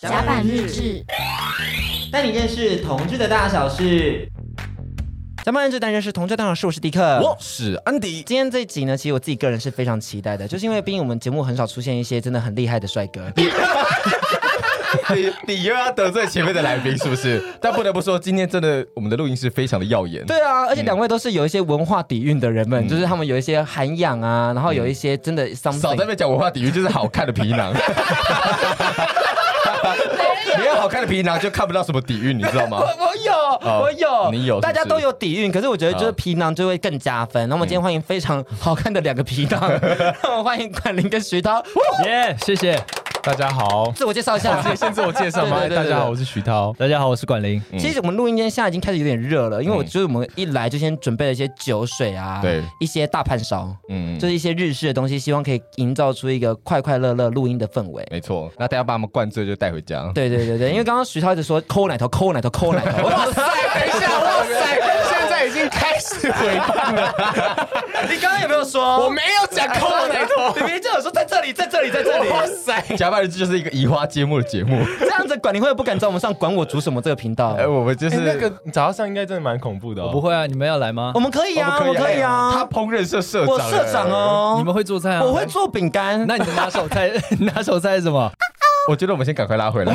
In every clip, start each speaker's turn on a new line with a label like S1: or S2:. S1: 甲板日志，
S2: 带你认识同志的大小事。甲板日志，带你认识同志的大小事，我是迪克。
S3: 我是安迪，
S2: 今天这一集呢，其实我自己个人是非常期待的，就是因为毕竟我们节目很少出现一些真的很厉害的帅哥。
S3: 你你又要啊得罪前面的来宾是不 是？但不得不说，今天真的我们的录音室非常的耀眼。
S2: 对啊，而且两位都是有一些文化底蕴的人们，就是他们有一些涵养啊，然后有一些真的
S3: 少在
S2: something。
S3: 那边讲文化底蕴，就是好看的皮囊。没有好看的皮囊就看不到什么底蕴，你知道吗？
S2: 我有，我哦有，
S3: 你有是不
S2: 大
S3: 是
S2: 家都有底蕴，可是我觉得就是
S3: 好
S2: 皮囊就会更加分。那我们今天欢迎非常好看的两个皮 囊，让我们欢迎管林跟徐涛。
S4: 耶谢谢大家好。
S2: 哦自我介绍一下，
S4: 自己先自我介绍吗？
S2: 对对对对
S4: 大
S2: 对
S4: 家好，我是徐涛。嗯大家好，我是管林。
S3: 嗯
S2: 其实我们录音间现在已经开始有点热了，因为我觉得我们一来就先准备了一些酒水啊，
S3: 对，
S2: 一些大盘烧，
S3: 嗯，
S2: 就是一些日式的东西，希望可以营造出一个快快乐乐录音的氛围。
S3: 没错。那大家把我们灌醉就带回家。
S2: 对对对对，因为刚刚徐涛一直说抠奶头抠奶头抠奶 头，哇塞！
S3: 等一下，哇塞，现在已经开始回荡了。
S2: 你刚刚有没有说？
S3: 没有讲抠我奶头。
S2: 你明明就有说在这里，在这里，在这里。
S3: 塞，甲板日志就是一个移花接木的节 目。
S2: 这样子管你会不会不敢找我们上管我煮什么这个频道
S3: 哎，？我们就是
S5: 哎、那个你早上应该真的蛮恐怖的、哦。
S4: 我不会啊，你们要来吗
S2: 我？们可以啊，我们可以
S3: 他
S2: 啊，
S3: 烹饪社社长，哎
S2: 我社长。哦，
S4: 你们会做菜啊？
S2: 我会。做饼干。
S4: 那你的拿手菜， 拿手菜是什么？
S3: 我觉得我们先赶快拉回来，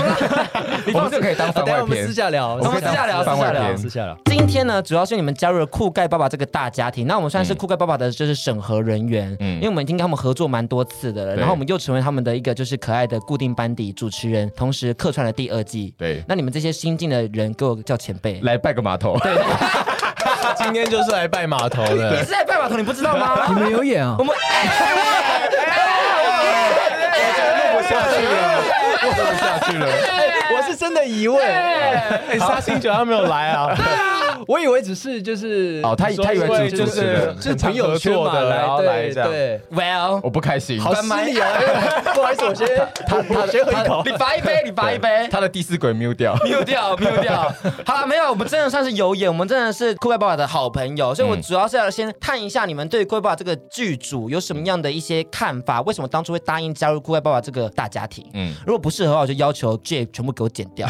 S3: 我们这可以当番
S4: 等一下
S3: 外
S4: 哎我们私
S3: 篇。
S4: 下聊，
S2: 我们私下聊
S4: 私下
S2: 私下
S4: 聊，
S2: 聊
S4: 私下聊。
S2: 今天呢，主要是你们加入了酷盖爸爸这个大家庭。那我们算是酷盖爸爸的就是审核人员，
S3: 嗯
S2: 因为我们已经跟他们合作蛮多次的了，
S3: 对
S2: 然后我们又成为他们的一个就是可爱的固定班底主持人，同时客串了第二季。
S3: 对，
S2: 那你们这些新进的人给我叫前辈，
S3: 来拜个码头。对，
S5: 今天就是来拜码头
S2: 你
S5: 的
S2: 是。在拜码头，你不知道吗？
S4: 你们有演啊
S2: 我？们
S3: 录不下去了，录不下去了。
S4: 我是真的疑问，
S5: 哎，沙星九他没有来 啊，
S4: 我以为只是就是
S3: 哦，他以他以为主
S5: 就
S3: 持人
S5: 是
S4: 就是
S5: 很
S4: 朋友
S5: 合
S4: 圈
S5: 作
S4: 嘛
S5: 的，然后来
S4: 对
S5: 这样。
S4: 对。
S2: well，
S3: 我不开心。
S4: 好失礼啊！ 不好意思，我先我先喝一口。
S2: 你罚一杯，你罚一杯。
S3: 他的第四鬼 mute 掉。
S2: 丢掉，丢掉。好了，没有，我们真的算是有眼，我们真的是酷盖爸爸的好朋友，所以我主要是要先探一下你们对酷盖爸爸这个剧组有什么样的一些看法，为什么当初会答应加入酷盖爸爸这个大家庭？
S3: 嗯，
S2: 如果不适合的话，我就要求 J 全部给我剪掉。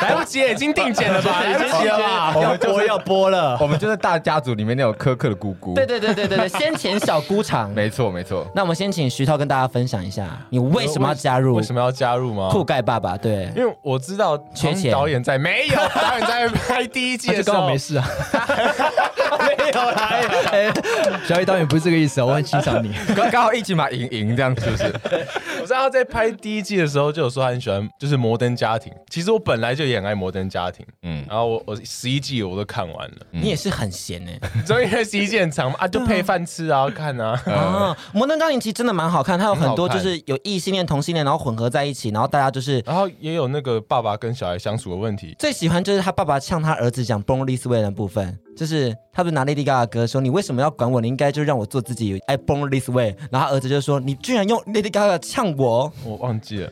S5: 来不及了，已经定检 了吧？来不及了吧？
S3: 我们就
S4: 播
S3: 是
S4: 要播了，
S3: 我们就是大家族里面那种苛刻的姑姑。
S2: 对对对对对对，先前小菇场。
S3: 没错没错。
S2: 那我们先请徐涛跟大家分享一下，你为什么要加入
S5: 为什么要嗯加入吗？
S2: 酷盖爸爸？对，
S5: 因为我知道
S2: 缺钱
S5: 黄导演在没有导演在拍第一季
S4: 他就
S5: 的时
S4: 刚好
S5: 候
S4: 没， 事啊。没有啦，哎小雨导演不是这个意思啊，我很欣赏你。
S3: 刚刚好一起嘛，赢赢这样是不是？
S5: 我知道他在拍第一季的时候就有说他很喜欢就是《摩登家庭》，其实我本来就也很爱《摩登家庭》，
S3: 嗯
S5: 嗯，然后我我十一季我都看完了，
S2: 你也是很闲哎、
S5: 你知道因为十一季很长嘛，啊，就配饭吃啊，看啊，
S2: 啊，《摩登家庭》其实真的蛮好看，它有很多
S5: 很好
S2: 就
S5: 看
S2: 是有异性恋、同性恋，然后混合在一起，然后大家就是
S5: 然后也有那个爸爸跟小孩相处的问题。
S2: 最喜欢就是他爸爸向他儿子讲 “Born This Way” 的部分，就是他不是拿 Lady Gaga 的歌说：“你为什么要管我？你应该就让我做自己，I Born This Way。”然后他儿子就说：“你居然用 Lady Gaga 呛我
S5: 我忘记了。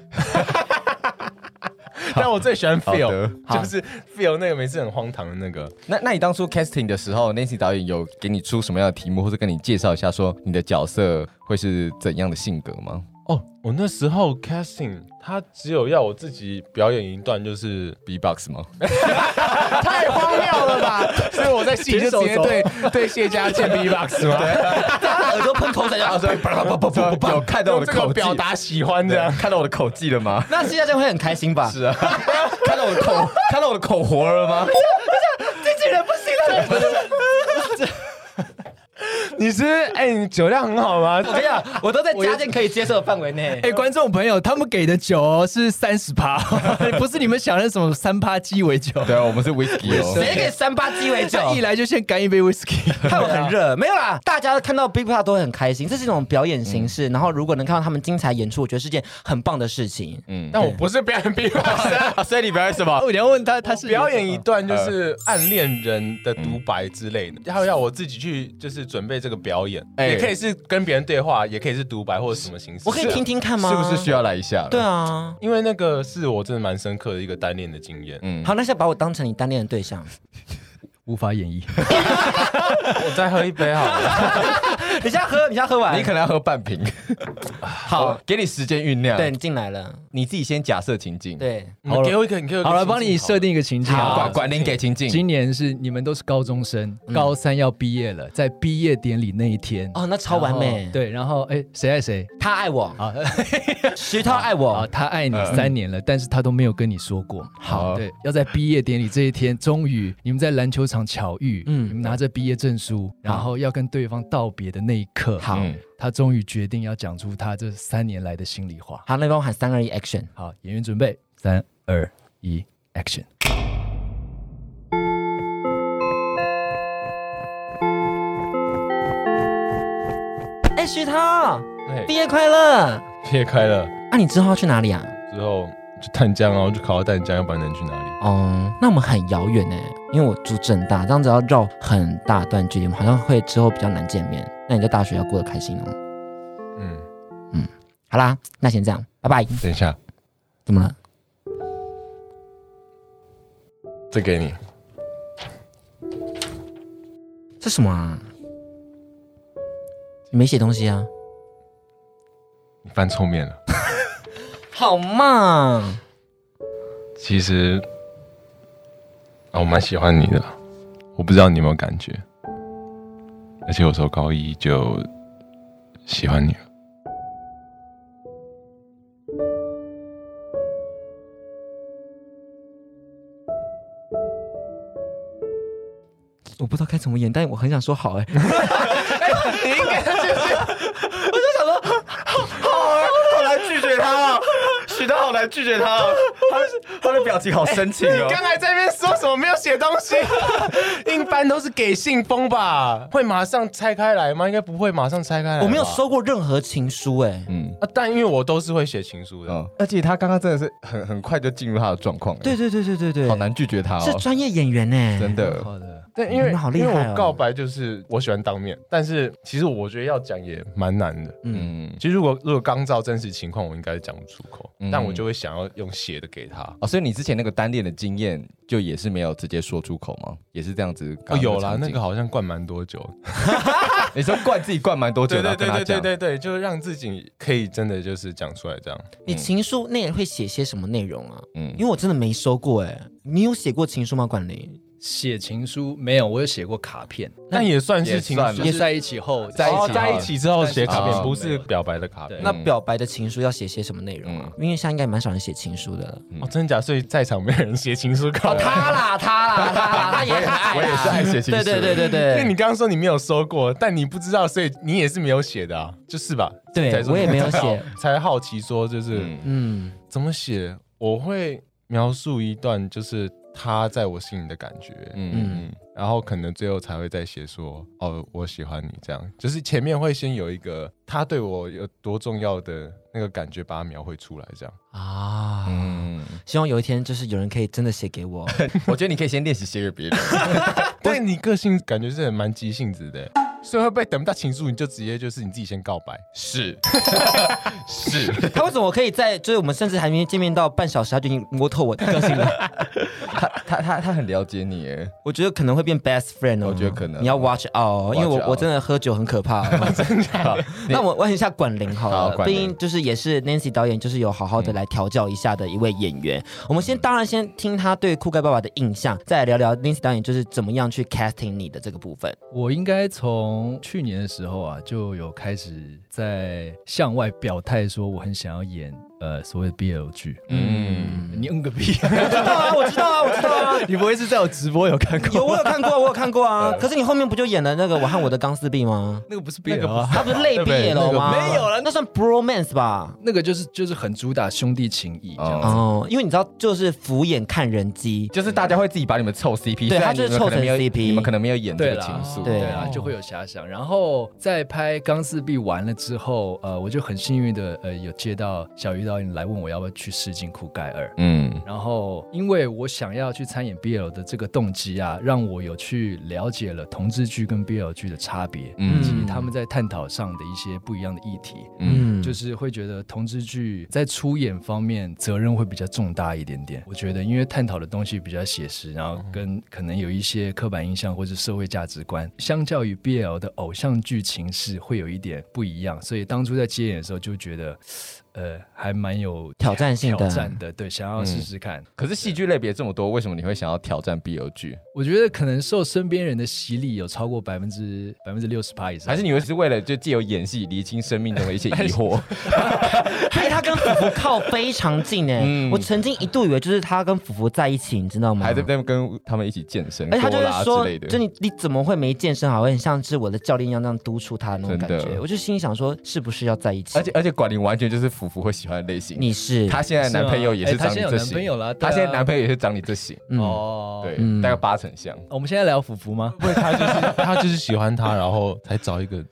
S5: 但我最喜欢
S3: 好的
S5: Phil，就是 Phil 那个每次很荒唐的那个，
S3: 那那你当初 casting 的时候，Nancy 导演有给你出什么样的题目，或者跟你介绍一下说你的角色会是怎样的性格吗？
S5: 哦，我那时候 casting，他只有要我自己表演一段，就是
S3: B-box 吗？
S5: 太荒谬了吧！ 所以我在戏里就直接对对谢家健 B box 嘛，对，！”
S2: 他耳朵喷口水，然后说：“
S3: 哦有看到我的
S5: 用这个
S3: 口技
S5: 表达喜欢这
S3: 对
S5: 样。
S3: 看到我的口技了吗
S2: 那现在这样会很开心吧？”是啊，
S3: 看到我的口，看到我的口活了吗？
S2: 这人不行了。
S5: 你是哎，你酒量很好吗？
S2: 我跟你讲，我都在家境可以接受的范围内。
S4: 哎、观众朋友，他们给的酒哦是三十趴， 不是你们想的什么三趴鸡尾酒。
S3: 对啊，我们是 whisky 哦。
S2: 谁给三八鸡尾酒？
S4: 一来就先干一杯 whisky，
S2: 看我很热，没有啦，大家看到 Big p a p 都会很开心，这是一种表演形
S3: 嗯
S2: 式。然后如果能看到他们精彩演出，我觉得是件很棒的事情。
S3: 嗯
S5: 但我不是表演 B box，
S3: 啊，所以你表演什么？
S4: 哦，你要问他，他是
S5: 表演一段就是暗恋人的独白之类的，他要我自己去就是准备这个表演，
S3: 哎
S5: 也可以是跟别人对话，也可以是独白或者什么形式。
S2: 我可以听，听看吗？
S3: 是不是需要来一下？
S2: 对，啊，
S5: 因为那个是我真的蛮深刻的一个单恋的经验。
S3: 嗯，
S2: 好，那现在把我当成你单恋的对象，
S4: 无法演绎，
S5: 我再喝一杯好了，
S2: 你先喝，你先喝完。
S3: 你可能要喝半瓶，
S2: 好，，
S3: 给你时间酝酿。
S2: 对，你进来了，
S3: 你自己先假设情境，，
S2: 对，
S5: 你给我一个，你给我一个
S4: 好了，
S5: 情境
S4: 帮你设定一个情境。
S2: 好
S3: 管管您给情境。
S4: 今年是你们都是高中生，
S5: 嗯
S4: 高三要毕业了，在毕业典礼那一天，
S2: 哦，那超完
S4: 然
S2: 美
S4: 后。，对，然后哎，谁爱谁？
S2: 他爱我，
S4: 好，
S2: 石头爱
S4: 啊，
S2: 我，
S4: 他爱你三年了，但是他都没有跟你说过。
S3: 好
S4: 对，要在毕业典礼这一天，终于你们在篮球场巧遇，
S2: 嗯
S4: 你们拿着毕业证书，然后要跟对方道别的那一刻，
S2: 好
S3: 嗯
S4: 他终于决定要讲出他这三年来的心里话。
S2: 好，那帮我喊三二一 action。
S4: 好，演员准备，三二一，action！
S2: 哎，徐涛，
S5: 哎
S2: 毕业快乐！
S5: 毕业快乐
S2: 啊，你之后要去哪里啊？
S5: 之后去淡江，然后就考到淡江，要不然能去哪里？
S2: 哦，那我们很遥远呢，欸因为我住正大，这样子要绕很大段距离，我们好像会之后比较难见面。那你在大学要过得开心哦。
S5: 嗯，
S2: 好啦，那先这样，拜拜。
S5: 等一下，
S2: 怎么了？
S5: 这给你，
S2: 这什么啊？你没写东西啊？
S5: 你翻臭面了。
S2: 好嘛，
S5: 其实啊，我蛮喜欢你的，我不知道你有没有感觉，而且我从高一就喜欢你了。
S2: 我不知道该怎么演，但我很想说 好哎、
S3: 好难拒绝他，啊 许涛好难拒绝他，啊他他的表情好深情哦
S5: 才在那边说什么没有写东西？ 硬翻都是给信封吧？会马上拆开来吗？应该不会马上拆开来吧。
S2: 我没有收过任何情书哎、
S3: 嗯
S5: 啊，但因为我都是会写情
S2: 哦
S5: 书的。
S3: 嗯，而且他刚刚真的是很很快就进入他的状况，
S2: 对，对对对对对，
S3: 好难拒绝他
S2: 是
S3: 哦，
S2: 专业演员哎呢、
S3: 真的。嗯
S4: 好的，
S5: 但因为、
S2: 你们好厉
S5: 因
S2: 害
S5: 为
S2: 哦
S5: 我告白就是我喜欢当面，但是其实我觉得要讲也蛮难的。
S2: 嗯，
S3: 嗯，
S5: 其实如果如果刚照真实情况，我应该是讲不出口，
S3: 嗯
S5: 但我就会想要用写的给他。
S3: 哦，所以你之前那个单恋的经验，就也是没有直接说出口吗？也是这样子刚刚
S5: 哦，
S3: 的
S5: 有啦，
S3: 场
S5: 那
S3: 景
S5: 个好像灌蛮多久，
S3: 你说灌自己灌蛮多久
S5: 对
S3: 的，然
S5: 对
S3: 后跟他
S5: 对对
S3: 讲
S5: 对对对，就是让自己可以真的就是讲出来这样。
S2: 你情书那会写些什么内容啊？
S3: 嗯
S2: 因为我真的没收过哎、你有写过情书吗？冠霖？
S4: 写情书没有，我有写过卡片，
S5: 但也算嗯是情
S3: 算
S5: 书，
S3: 了
S4: 也是在一起后
S3: 在一起
S5: 哦
S3: 后
S5: 在一起之后写卡
S3: 在一
S5: 片，
S3: 起
S5: 不是表白的卡
S3: 嗯
S5: 片。
S4: 对
S5: 那
S2: 那表白的情书要写些什么内容啊？因为现在应该蛮少人写情书的了。
S3: 嗯
S5: 哦，真假？所以在场没有人写情书告白。
S2: 他啦，他啦，他啦，他也很爱啦。
S3: 我也是爱写情书
S2: 对对对对
S5: 因 为
S2: 对，
S5: 你刚刚说你没有收过，但你不知道，所以你也是没有写的啊，就是吧？才
S2: 对
S5: 说
S2: 我也没有
S5: 不知道
S2: 写。，
S5: 才好奇说就是、
S3: 嗯
S2: 嗯，
S5: 怎么写，我会描述一段就是他在我心里的感觉，
S3: 嗯嗯
S5: 然后可能最后才会再写说哦，我喜欢你这样，就是前面会先有一个他对我有多重要的那个感觉，把它描绘出来这样。
S2: 啊，
S3: 嗯，
S2: 希望有一天就是有人可以真的写给我。
S3: 我觉得你可以先练习写给别人，
S5: 但你个性感觉是很蛮急性子的，所以会不会等不到情书你就直接就是你自己先告白？
S3: 是是，
S2: 他为什么可以在就是我们甚至还没见面到半小时，他就已经摸透我的个性 了？
S3: 他他他他很了解你耶，
S2: 我觉得可能会变 best friend 哦。
S3: 我觉得可能
S2: 你要 watch out，因为
S3: watch
S2: 我
S3: out
S2: 我真的喝酒很可 怕哦。
S3: 好
S2: 那我问一下管林好
S3: 好
S2: 了，
S3: 管
S2: 毕
S3: 林
S2: 竟就是也是 Nancy 导演，就是有好好的来调教一下的一位演员。我们先当然先听他对酷盖爸爸的印象，再来聊聊 Nancy 导演就是怎么样去 casting 你的这个部 分。
S4: 我应该从去年的时候啊，就有开始在向外表态说我很想要演呃所谓的 BL 剧。
S3: 嗯，
S4: 你嗯个屁！
S2: 我知道啊，我知道啊，我知道 啊。
S4: 你不会是在我直播有看
S2: 有
S4: 过？
S2: 我有看过，我有看过
S3: 呃
S2: 啊。可是你后面不就演了那个《我和我的钢丝臂》吗？
S4: 那个不是 BL 啊，
S2: 他不是类 BL 了吗？
S4: 那个没有了
S2: 那算 bromance 吧？
S4: 那个就是就是很主打兄弟情谊这样子。
S2: 哦，因为你知道，就是敷衍看人机，
S3: 就是大家会自己把你们凑 CP，
S2: 对
S3: 虽然
S2: 他就是
S3: 你们可能
S2: 凑
S3: 没有
S2: 成 CP
S3: 你们可能没有演这
S4: 对
S3: 个
S4: 啦
S3: 情愫，
S2: 对
S4: 对啊，就会有遐想。然后在拍《钢丝臂》完了之后，呃，我就很幸运的呃有接到小鱼导演来问我要不要去试镜《苦盖二》，
S3: 嗯
S4: 然后因为我想要去参演 BL 的这个动机啊，让我有去了解了同志剧跟 BL 剧的差别，以及
S2: 嗯
S4: 他们在探讨上的一些不一样的议题。
S3: 嗯
S4: 就是会觉得同志剧在出演方面责任会比较重大一点点。我觉得，因为探讨的东西比较写实，然后跟
S2: 嗯
S4: 可能有一些刻板印象或者社会价值观，相较于 BL 的偶像剧情式会有一点不一样。所以当初在接演的时候就觉得，呃，还蛮有
S2: 挑战性的
S4: 挑战的，对，想要试试看。
S3: 可是戏剧类别这么多，为什么你会想要挑战 BL 剧？
S4: 我觉得可能受身边人的洗礼有超过百分之百分之六十八以上，
S3: 还是你会是为了就借由演戏厘清生命中的一些疑惑？
S2: 哎，他跟福福靠非常近哎、
S3: 嗯
S2: 我曾经一度以为就是他跟福福在一起，你知道吗？
S3: 还在那边跟他们一起健身、
S2: 而且他就
S3: 多
S2: 是
S3: 拉啊
S2: 说
S3: 之类，的？
S2: 就你你怎么会没健身好？我很像是我的教练一样那样督促他的那种感
S3: 真
S2: 觉。
S3: 的
S2: 我就心里想说，是不是要在一起？
S3: 而且而且管林完全就是福福会喜欢的类型。
S2: 你是
S3: 她现在的男朋友也是
S4: 啊哎他
S3: 长
S4: 现
S3: 你这
S4: 在有男朋
S3: 型，
S4: 友了，对
S3: 她
S4: 啊
S3: 现在男朋友也是长你这型，
S2: 嗯
S4: 哦，
S3: 对
S2: 嗯，
S3: 大概八成像。
S4: 我们现在聊福福吗？
S5: 不是他就是他就是喜欢他，然后才找一个。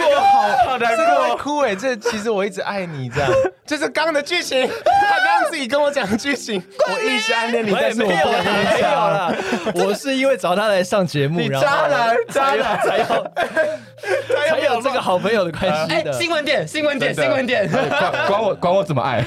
S3: 这个好好难
S5: 这个会哭哎、这其实我一直爱你这样，就是刚刚的剧情，他刚刚自己跟我讲的剧情，我一直暗恋你，但是我不
S4: 有
S5: 能
S4: 没有啦，我是因为找他来上节目，
S5: 你
S4: 然后
S5: 渣男
S4: 才有
S5: 渣男
S4: 才有才有这个好朋友的关系
S2: 哎、
S4: 的。
S2: 新闻点，新闻点，
S3: 真的
S2: 新闻点，
S3: 管管我管我怎么 爱，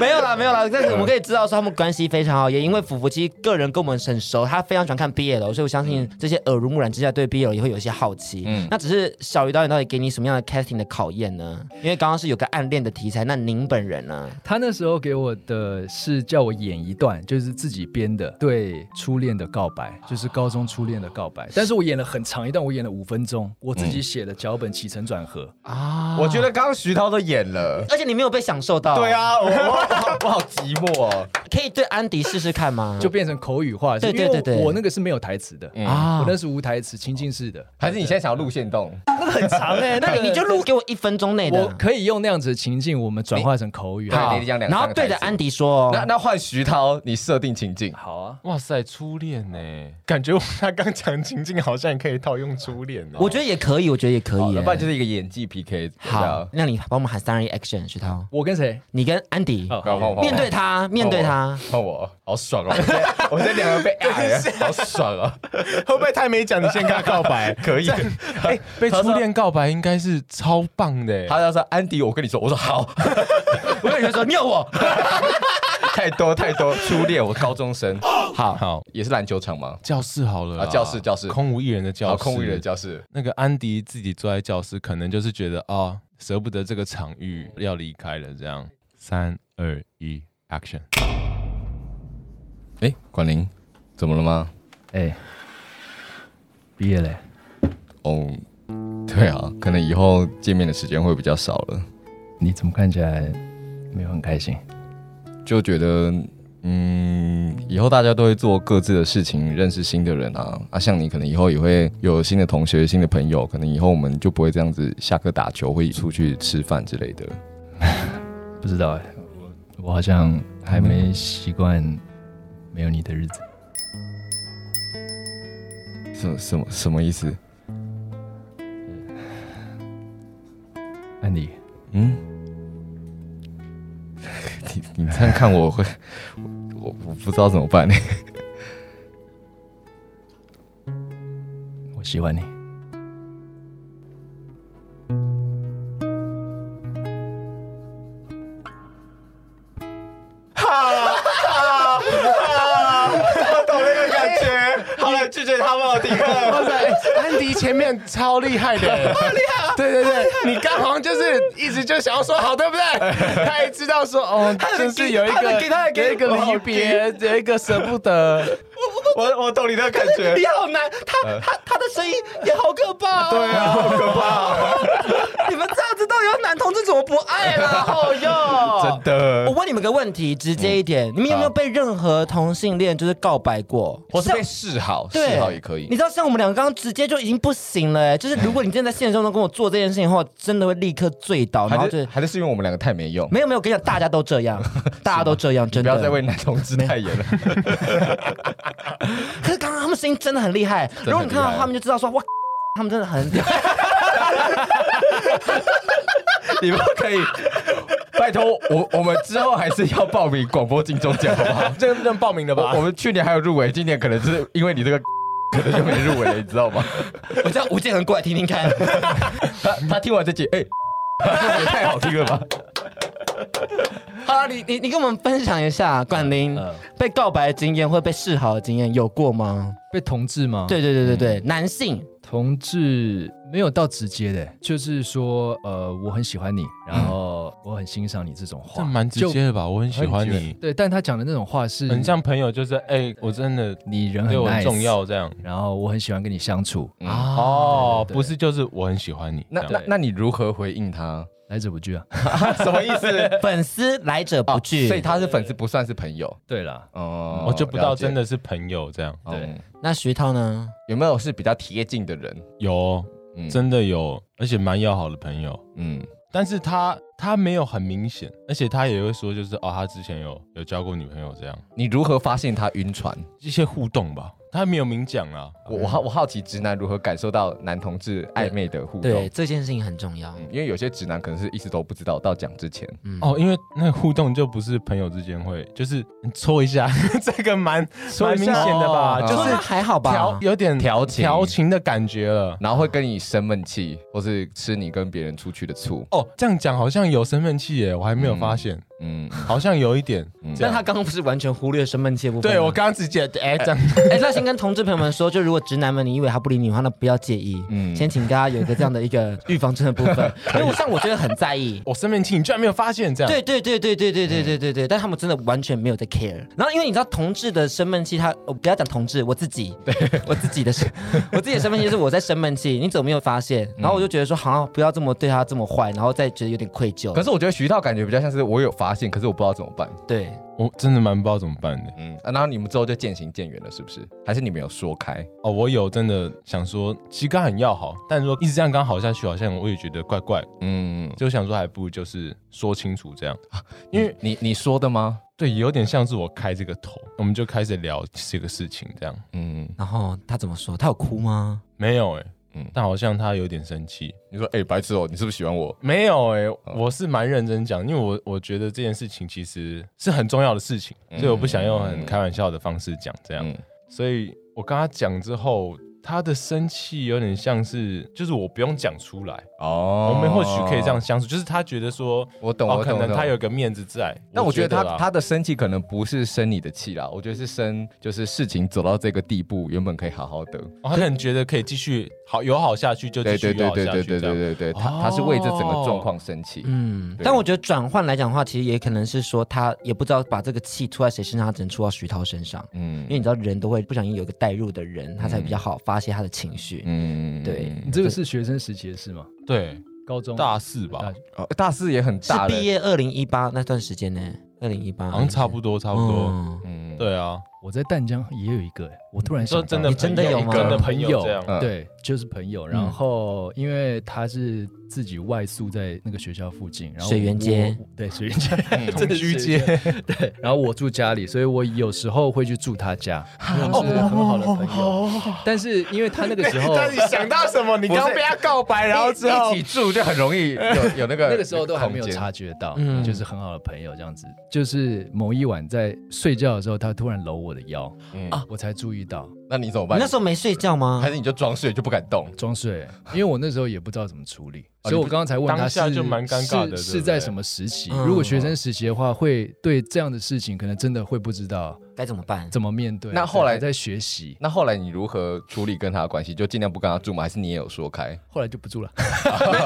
S2: 没有啦，没有啦。但是我们可以知道说他们关系非常好，也因为福福其实个人跟我们很熟，他非常喜欢看 BL，所以我相信这些耳濡目染之下，对 BL 也会有一些好奇。嗯
S3: 嗯，
S2: 那只是小鱼导演到底给你什么样的 casting 的考验呢？因为刚刚是有个暗恋的题材，那您本人呢？
S4: 他那时候给我的是叫我演一段，就是自己编的对初恋的告白，就是高中初恋的告白。但是我演了很长一段，我演了五分钟，我自己写的脚本起承转合。
S2: 啊，
S3: 我觉得刚刚徐涛都演了。
S2: 而且你没有被享受到，
S3: 对，啊，我我我好我好寂寞哦。
S2: 可以对安迪试试看吗？
S4: 就变成口语化，
S2: 对
S4: 因为
S2: 对对对
S4: 我那个是没有台词的，
S3: 啊，
S2: 啊
S4: 我，那是无台词情境式的，
S3: 还是你现在想要路线动？
S4: 那个很长哎，
S2: 那
S4: 个
S2: 你你就录给我一分钟内
S4: 我
S2: 的，
S4: 可以用那样子的情境，我们转化成口语。
S3: 对
S2: 哎好，
S3: 你讲两
S2: 然后
S3: 三个
S2: 对着
S3: 台词
S2: 安迪说哦，
S3: 那那换徐涛，你设定情境，
S4: 好啊，
S5: 哇塞，初恋呢、感觉他刚讲情境好像也可以套用初恋哦。
S2: 我觉得也可以，我觉得也可
S3: 好
S2: 以
S3: 了，不然就
S2: 耶。
S3: 是一个演技 PK。
S2: 好，，那你帮我们喊三二一 action，徐涛，
S4: 我跟谁？
S2: 你跟安迪
S4: 哦
S3: 不要换我，
S2: 面对他，
S3: 哦
S2: 面对他，
S3: 换我，好爽哦！我现在我这两个 被爱，好爽哦！
S5: 得会不会太没讲？你先跟他告白，
S3: 可以。
S5: 哎、 被初恋告白应该是超棒的、
S3: 他就说：“安迪，我跟你说，我说好，
S2: 我有人说尿 我，
S3: 太多太多初恋，我高中生，
S2: 好，
S5: 好，
S3: 也是篮球场吗？
S5: 教室好了啦
S3: 啊教室教室
S5: 空无一人的教
S3: 好，
S5: 室，
S3: 空无一人的教室，
S5: 那个安迪自己坐在教室，可能就是觉得啊、哦，舍不得这个场域，要离开了。这样，三二一，action！
S3: 哎，管林，怎么了吗？
S4: 哎，毕业嘞，
S3: 哦，对啊，可能以后见面的时间会比较少了，
S4: 你怎么看起来没有很开心？
S3: 就觉得，嗯，以后大家都会做各自的事情，认识新的人啊。啊，像你可能以后也会有新的同学、新的朋友，可能以后我们就不会这样子下课打球，会出去吃饭之类的。
S4: 不知道哎，我我好像还没习惯没有你的日子。
S3: 什什么什么意思？
S4: 安迪，
S3: 嗯，你你这样看我会，我我不知道怎么办呢。
S4: 我喜欢你。
S3: 好了，拒绝他们，我停 了。
S5: 哇塞，安迪前面超厉害的、 厉害！对对对，你刚好像就是一直就想要说好，对 不对？他也知道说哦，就是有一
S3: 他
S5: 个
S3: 的给他的给
S5: 有一个离别，有一个舍不得。
S3: 我我懂你的感觉。
S2: 你好难，他
S3: 呃
S2: 他他的声音也好可 怕，对啊，好可
S3: 哦
S2: 怕，你们这样子到底要男同志怎么不爱了？ 好哟，
S3: 的
S5: 哦
S3: 嗯
S2: 我，问你们个问题，直接一点，你们有没有被任何同性恋就是告白过？
S3: 或是被
S2: 像
S3: 示好，
S2: 对，
S3: 示好也可以
S2: 你。知道，像我们两个刚刚直接就已经不行了、哎，就是如果你真的在现实中跟我做这件事情的话，真的会立刻醉
S5: 哦
S2: 倒，然后
S3: 还
S2: 就是
S3: 还是是因为我们两个太没用，
S2: 没有没有，我跟你讲，大家都这 样，大家都这样，真
S3: 不
S2: 的。
S3: 要再为男同志代言了。
S2: 可是刚刚他们声音真的很厉害，
S3: 的很厉害
S2: 如 果你看到他们就知道说哇，他们真的很。
S3: 你不可以。拜托，我我们之后还是要报名广播金钟奖，好不好？
S5: 这个不能报名的吧？
S3: 我我们去年还有入围，今年可能是因为你这个， 可能就没入围了，你知 道吗？
S2: 我叫吴建衡过来听听看。
S3: 他 他听完这集，哎、也太好听了吧？
S2: 好了，你你你跟我们分享一下，冠霖、
S4: 嗯
S2: 被告白的经验或被示好的经验有过吗？
S4: 被同志吗？
S2: 对对对对对，男 性
S4: 同志没有到直接的，就是说，呃，我很喜欢你，然后我很欣赏你这种
S5: 这
S4: 话，
S5: 蛮直接的吧？我很喜欢你，
S4: 对，但他讲的那种话是
S5: 很像朋友，就是哎，我真的
S4: 你人很
S5: 对我
S4: nice,
S5: 很重，要这样。
S4: 然后我很喜欢跟你相处。
S3: 嗯
S2: 啊，
S5: 哦，
S4: 对对对
S5: 不是，就是我很喜欢你。
S3: 那
S5: 这
S3: 那
S5: 样
S3: 那你如何回应 他？
S4: 来者不拒啊。
S3: 什么意思？
S2: 粉丝来者不拒，
S3: 所以他是粉丝，不算是朋友。
S4: 对啦，
S3: 哦
S5: 我就不到真。的是朋友这样。
S3: 了解
S4: 对
S3: 嗯
S2: 那徐涛呢？
S3: 有没有是比较贴近的人？
S5: 有，哦
S3: 嗯
S5: 真的有，而且蛮要好的朋友。
S3: 嗯
S5: 但是他他没有很明显，而且他也会说，就是哦，他之前有有交过女朋友这样
S3: 你如何发现他晕船？
S5: 一些互动吧，他没有明讲啊。
S3: 我我好我好奇直男如何感受到男同志暧昧的互
S2: 对
S3: 动，
S2: 这件事情很重要。
S3: 嗯因为有些直男可能是一直都不知道，到讲之前，
S2: 嗯，
S5: 哦，因为那个互动就不是朋友之间会，就是你搓一下， 这个蛮
S3: 搓
S5: 蛮
S3: 一
S5: 明
S3: 下
S5: 显的吧，
S3: 哦
S5: 就
S2: 说
S5: 是
S2: 他还好吧
S5: 调？有点
S3: 调情
S5: 调情的感觉了。
S3: 然后会跟你生闷气，或是吃你跟别人出去的醋。
S5: 哦，这样讲好像有身份气耶，我还没有发现，
S3: 嗯，
S5: 好像有一点
S3: 嗯。
S5: 这
S2: 但
S5: 样
S2: 他刚刚不是完全忽略生闷气的部分吗？
S5: 对我刚刚直接哎这样，
S2: 哎、那先跟同志朋友们说，就如果直男们你以为他不理你的话，那不要介意，
S3: 嗯
S2: 先请大家有一个这样的一个预防针的部分，因为我像我觉得很在意。
S5: 我身份气你居然没有发现这样。
S2: 对对对对对对对对对对，但他们真的完全没有在 care。然后因为你知道同志的生闷气，他我不要讲同志，我自己，对我自己的生，我自己的生闷气就是我在生闷气，你怎么没有发现？然后我就觉得说，好、像不要这么对他这么坏，然后再觉得有点愧疚。
S3: 可是我觉得徐道感觉比较像是我有发现，可是我不知道怎么办。
S2: 对，
S5: 我真的蛮不知道怎么办的。
S3: 嗯，啊然后你们之后就渐行渐远了，是不是？还是你们有说开？
S5: 哦，我有真的想说，其实刚很要好，但是说一直这样刚好下去，好像我也觉得怪怪，
S3: 嗯，
S5: 就想说还不如就是说清楚这样。
S3: 因为你你说的吗？
S5: 对，有点像是我开这个头，我们就开始聊这个事情这样。
S3: 嗯，
S2: 然后他怎么说？他有哭吗？
S5: 没有哎、
S3: 嗯
S5: 但好像他有点生气。
S3: 你说哎、白痴哦，你是不是喜欢我？
S5: 没有哎、
S2: 哦
S5: 我是蛮认真讲，因为我我觉得这件事情其实是很重要的事情，
S2: 嗯
S5: 所以我不想用很开玩笑的方式讲这样。
S3: 嗯
S5: 所以我跟他讲之后，他的生气有点像是，就是我不用讲出来，
S3: 哦
S5: 我们或许可以这样，相处，就是他觉得说，
S3: 我哦懂，
S5: 哦，
S3: 我
S5: 可
S3: 懂，我
S5: 能
S3: 懂
S5: 他有。个面子在。
S3: 但我觉得
S5: 啦
S3: 他他的生气可能不是生你的气啦，我觉得是生就是事情走到这个地步，原本可以好好的，
S5: 哦他可能觉得可以继续好友好下去，就继
S3: 对
S5: 续
S3: 对
S5: 友
S3: 对对
S5: 好下
S3: 对
S5: 去
S3: 对
S5: 这
S3: 对
S5: 样。
S3: 对对，
S5: 哦
S3: 他他是为这整个状况生气，
S2: 嗯，
S3: 对
S2: 但我觉得转换来讲的话，其实也可能是说他也不知道把这个气出在谁身上，他只能出到徐涛身上，因为
S3: 嗯
S2: 你知道人都会不小心有一个带入的人，他才比较好发泄他的情绪。
S3: 嗯
S2: 对
S4: 你这个是学生时期的事吗？
S5: 对，
S4: 高中
S5: 大四吧
S4: 大，
S3: 哦大四也很
S2: 是
S3: 大了
S2: 毕，业二零一八那段时间呢，二零一八
S5: 好像差不多差不多。
S2: 嗯
S3: 嗯，
S5: 对啊，
S4: 我在淡江也有一个、欸，我突然想
S5: 说
S4: 到
S5: 真的
S2: 你
S5: 朋
S2: 真
S5: 友，
S2: 的有吗
S5: 真的朋友这样。嗯
S3: 嗯
S4: 对，就是朋友。然后因为他是自己外宿在那个学校附近，然后
S2: 水源
S4: 我
S2: 街，
S4: 我对水 源街，
S5: 同
S4: 真的
S5: 居
S4: 是
S5: 街，，
S4: 对。然后我住家里，所以我有时候会去住他家，因为我们是很好的朋友。但是因为他那个时候
S5: 哦 但你想到啊什么？你刚
S3: 不是
S5: 被他告白，然后之后
S3: 一起住就很容 易有有那个
S4: 那个时候都还没有
S3: 空间
S4: 察觉到
S2: 嗯，
S4: 就是很好的朋友这样子。就是某一晚在睡觉的时候，他突然搂我的腰，
S3: 嗯
S4: 我才注意到
S3: 那你怎么
S2: 你
S3: 办？
S2: 那时候没睡觉吗
S3: 还？是你就装睡就不敢动？
S4: 装睡，因为我那时候也不知道怎么处理，
S3: 哦
S4: 所以我刚刚才问他
S5: 当下
S4: 是
S5: 就蛮尴尬的对不对
S4: 是是在什么时期？
S2: 嗯
S4: 如果学生时期的话，会对这样的事情可能真的会不知道
S2: 该怎么办？
S4: 怎么面对。
S3: 那后来
S4: 在学习，
S3: 那后来你如何处理跟他的关系？就尽量不跟他住吗？还是你也有说开？
S4: 后来就不住 了，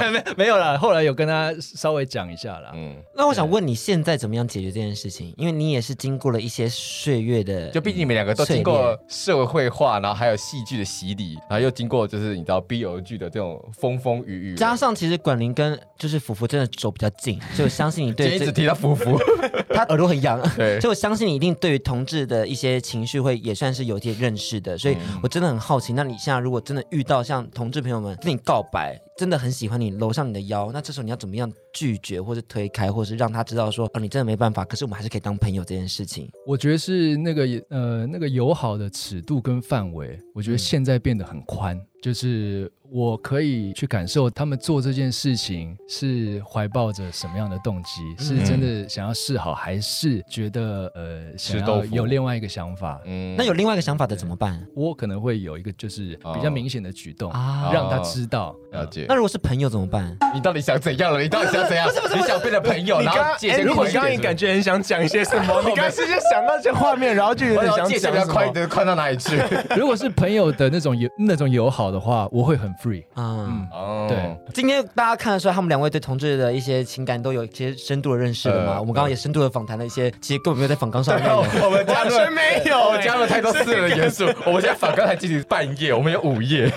S4: 没没没有了。后来有跟他稍微讲一下啦，
S3: 嗯，
S2: 那我想问你现在怎么样解决这件事情？因为你也是经过了一些岁月的，
S3: 就毕竟你们两个都经过社会化，然后还有戏剧的洗礼，然后又经过就是你知道 BL 剧的这种风风雨雨。
S2: 加上其实管林跟就是福福真的走比较近，所以我相信你
S3: 今
S2: 对
S3: 天一直
S2: 这
S3: 提到福福，
S2: 他耳朵很痒，
S3: 对
S2: 所以我相信你一定对于同志的一些情绪会也算是
S3: 嗯
S2: 有一些认识的，所以我真的很好奇，那你现在如果真的遇到像同志朋友们跟你告白，真的很喜欢你，搂上你的腰，那这时候你要怎么样拒绝，或是推开，或是让他知道说，哦，你真的没办法，可是我们还是可以当朋友这件事情。
S4: 我觉得是那个呃那个友好的尺度跟范围，我觉
S5: 嗯
S4: 得现在变得很宽，就是我可以去感受他们做这件事情是怀抱着什么样的动机，是真的想要示好，还是觉得呃想
S5: 嗯吃豆
S4: 要
S5: 腐
S4: 有另外一个想法？
S3: 嗯
S2: 那有另外一个想法的怎么办？
S4: 我可能会有一个就是
S5: 哦
S4: 比较明显的举动，
S2: 啊
S4: 让他知道。
S3: 了
S4: 呃
S3: 解
S2: 那。如果是朋友怎么办？
S3: 你到底想怎样了？你到底想怎样？你想变成朋友，
S5: 你
S3: 然
S5: 刚
S3: 后
S5: 刚，
S3: 界
S5: 哎
S3: 限
S5: 如果
S3: 宽一
S5: 你刚刚也
S3: 点，
S5: 感觉很想讲一些什 么，你刚刚是就想到一些画面，然后就有
S3: 我
S5: 点
S3: 想
S5: 想
S3: 界限
S5: 讲
S3: 比较
S5: 什
S3: 宽一
S5: 么。
S3: 点，宽到哪里 去？
S4: 呃如果是朋友的那种友那种友好的话，我会很 free。
S2: 嗯，
S3: 哦
S4: 对，
S2: 今天大家看得出来，他们两位对同志的一些情感都有一些深度的认识了吗？
S3: 呃哦
S2: 我们刚刚也深度的访谈了一些，其实根本没有在访纲上面
S3: 然后
S2: 的。
S3: 我们加
S5: 完
S3: 入
S5: 全没有
S3: 我哦加入太多私人的元素。我们现在反刚才进行半夜，我们有午夜。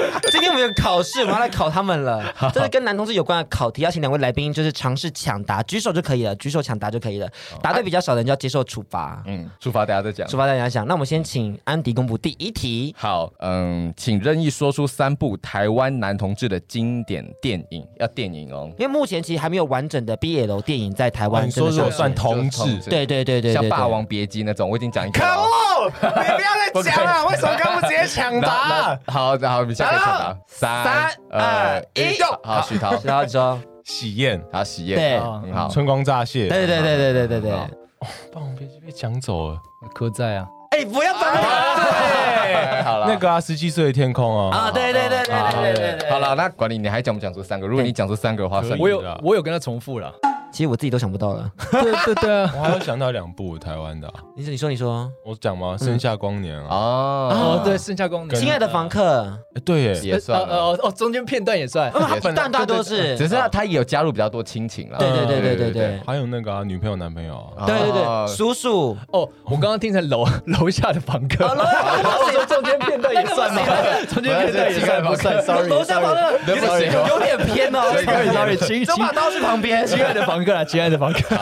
S2: 今天我们有考试，我们要来考他们了。这是跟男同志有关的考题，要请两位来宾就是尝试抢答，举手就可以了，举手抢答就可以了。答对比较少的人就要接受处罚。
S3: 嗯，出发，大家再讲
S2: 处。罚大家想，那我们先请安迪公布第一题。
S3: 好，嗯，请任意说出三部台湾男同志的经典电影，要电影哦。
S2: 因为目前其实还没有完整的 BL 电影在台
S5: 哇
S2: 湾
S5: 你
S2: 真
S5: 说
S2: 的
S5: 如果
S2: 上
S5: 算
S2: 线，
S5: 同志，
S2: 对对对对，
S3: 像《
S2: 对
S3: 霸，王别姬》那种，我已经讲一个
S5: 可
S3: 了。
S5: 恶！你不要再 讲了，为什么刚不直接抢答
S3: 那？那好，那好，我们下个抢答，
S2: 三二一
S3: 好好，徐涛，
S2: 对然后你说，
S5: 喜宴、
S3: 好，喜
S2: 对
S3: 宴，嗯
S4: 啊，
S3: 很好。
S5: 春光乍泄，
S2: 对对对对对对对，
S3: 好
S5: 霸王别姬被抢走了。
S4: 柯在啊，
S2: 哎，不要反
S3: 对，哎好了，
S5: 那个啊，十七岁的天空啊，
S2: 啊！对对对对对对对对。
S3: 好了，那管理你还讲不讲出三个？如果你讲出三个的话，
S5: 可以
S3: 算你
S4: 我有
S5: 是啊
S4: 我有跟他重复了。
S2: 其实我自己都想不到了。
S4: 对对对啊，
S5: 我还有想到两部台湾的啊，
S2: 你说你说你说，
S5: 我讲吗？《盛夏光年》啊，
S3: 哦
S4: 哦，对，剩下功能。
S5: 跟
S2: 亲爱的房客，嗯
S5: 哎对耶，
S3: 也算
S4: 呃
S3: 了，
S4: 呃哦哦，中间片段也算。
S2: 因为他
S3: 也
S2: 不
S3: 算
S2: 但大多是，
S3: 只是他他也有加入比较多亲情啦。
S2: 对对对对对
S3: 对
S2: 对
S5: 还有那个啊，女朋友男朋友啊，
S2: 对对
S3: 哦
S2: 对，叔叔，
S4: 哦，我刚刚听成楼 楼下的房客， 我说中间片段也算吗？中间片段也算不算？Sorry，
S2: 楼上房客
S3: 对不起哦
S2: 有点偏 哦。
S4: ，Sorry，Sorry，亲
S2: 走
S4: 亲
S2: 把刀去旁边。
S4: 亲爱的房客啊，亲爱的房客，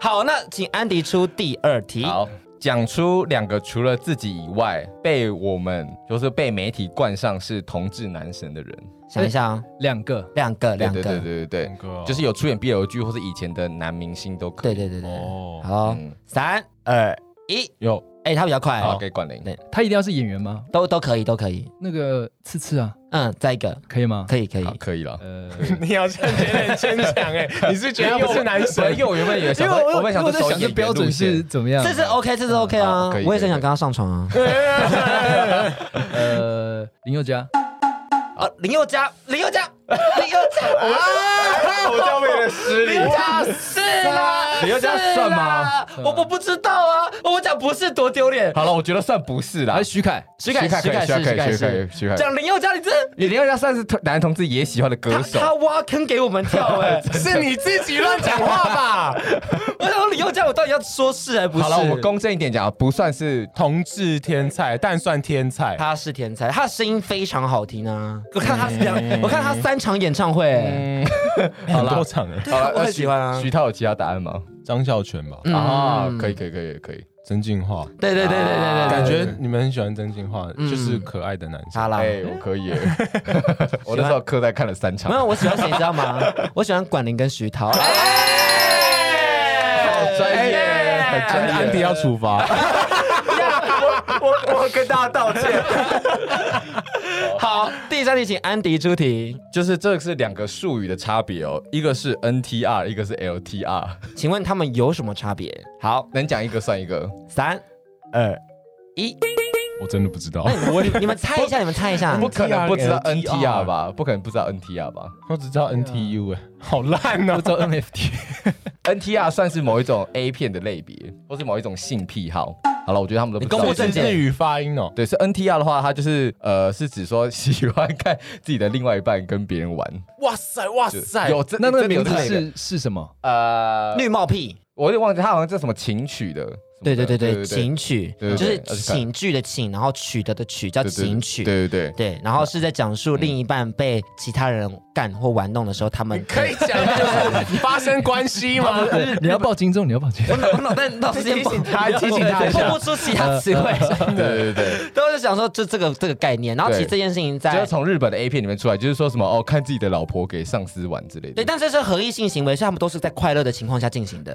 S2: 好，那请安迪出第二题。
S3: 好，讲出两个除了自己以外被我们就是被媒体冠上是同志男神的人。
S2: 想一下啊，
S4: 两个
S2: 两个，
S3: 对
S2: 两
S3: 对
S2: 个，
S3: 对对对
S5: 两个哦
S3: 对，就是有出演 BL 剧或是以前的男明星都可
S2: 对
S3: 以。
S2: 对对对。
S5: 哦，
S2: 好
S3: 嗯，
S2: 三二一，
S5: 有
S2: 哎，他比较快
S3: 好，
S2: 哦，
S3: 给管林。
S4: 他一定要是演员吗？
S2: 都都可以，都可以。
S4: 那个次次啊，
S2: 嗯，再一个，
S4: 可以吗？
S2: 可以可以
S3: 好，。可以了。
S4: 呃，
S5: 你好像觉得很牵强哎，你是觉得他不是男
S3: 本来
S5: 神
S3: 因为？我原本以为想
S4: 因为
S3: 说，
S4: 我
S3: 我本来想
S4: 我
S3: 说
S4: 在
S3: 走
S4: 想这
S3: 演
S4: 标
S3: 员路
S4: 准是
S3: 线，
S4: 怎么样？
S2: 这次 OK，这次 OK 啊
S3: 好可以，
S2: 我也是
S3: 可以
S2: 想跟他上床 啊。
S4: 呃林宥嘉，
S2: 啊，林宥嘉，林宥嘉，林宥 嘉，
S5: 我教为了失
S2: 林宥嘉是啦，
S3: 林宥嘉算吗嗯
S2: 是啦？我我不知道啊，我讲不是多丢脸。
S3: 好了，我觉得算不是啦
S4: 还。是徐凯？
S2: 徐凯，
S3: 可
S2: 徐
S3: 以，
S2: 凯
S3: 徐
S2: 是，
S3: 凯可
S2: 徐凯
S3: 以，徐凯可以
S2: 是，，
S3: 徐凯可以。
S2: 讲林宥嘉，你这
S3: 你林宥嘉算是男同志也喜欢的歌
S2: 他
S3: 手，
S2: 他挖坑给我们跳 哎！
S5: 是你自己乱讲 话吧？
S2: 我想说林宥嘉，我到底要说是还不是？
S3: 好了，我们公正一点讲，啊不算是
S5: 同志天才，但算天才。
S2: 他是天才，他的声音非常好听啊！我看他两，我看他三场演唱会，
S5: 很多场哎，
S2: 对啊我很喜欢啊
S3: 呃徐。涛有其他答案吗？
S5: 张孝全吧，
S2: 嗯
S3: 啊，可以，可以，可以，可以。
S5: 曾进化，
S2: 对对对对对对，对
S5: 感觉你们很喜欢曾进化，
S2: 嗯
S5: 就是可爱的男
S2: 好
S5: 生。
S2: 啦。
S3: 哎，我可以 耶。我那时候课在看了三场
S2: 没，有，我喜欢谁你知道吗？ 我喜欢管林跟徐涛。哎
S3: 好专业，很专业。
S5: 安迪要处罚，
S2: 我我跟大家道歉。 好，第三题请安迪出题，
S3: 就是这是两个术语的差别哦，一个是 NTR，一个是 LTR，
S2: 请问他们有什么差别？好，
S3: 能讲一个算一个。
S2: 三二一，
S5: 我真的不知道
S2: 那，你们你们猜一下，你们猜一下
S3: 不，可能不知道
S5: NTR
S3: NTR 吧？不可能不知道 NTR 吧
S5: 我只知道 NTU 哎，好烂
S4: 不
S5: 哦
S4: 知。道 NFT，
S3: ？NTR 算是某一种 A 片的类别，或是某一种性癖好。好了，我觉得他们都不知
S2: 你
S3: 道
S2: 公布
S5: 这
S2: 证
S5: 是
S2: 件
S5: 日语发音哦。
S3: 对，是 NTR 的话，它就是呃，是指说喜欢看自己的另外一半跟别人玩。
S5: 哇塞哇
S3: 就有这
S4: 那那
S3: 真
S4: 个
S3: 的有
S4: 名
S3: 这
S4: 字
S3: 类的
S4: 是是什么？
S3: 呃，
S2: 绿帽屁。
S3: 我有点忘记，它好像叫什么情曲的。什么的
S2: 对对对对，情曲
S3: 对对
S2: 就是
S3: 对而且看
S2: 请剧的请，然后取得的取叫
S3: 对对
S2: 情曲。
S3: 对对对。
S2: 对，然后是在讲述另一半被其他人干或玩弄的时候，他们
S1: 可以讲就是发生关系
S5: 啊
S1: 吗？
S4: 呃你要报金钟，你要报金钟。
S2: 我脑袋脑子
S1: 提醒他提醒他一下
S2: 蹦不出其他词汇，
S3: 对对对，
S2: 都是想说这这个这个概念。然后其实这件事情
S3: 就是
S2: 在。
S3: 从日本的 A 片里面出来，就是说什么哦，看自己的老婆给上司玩之类的。
S2: 对，但这是合意性行为，所以他们都是在快乐的情况下进行的。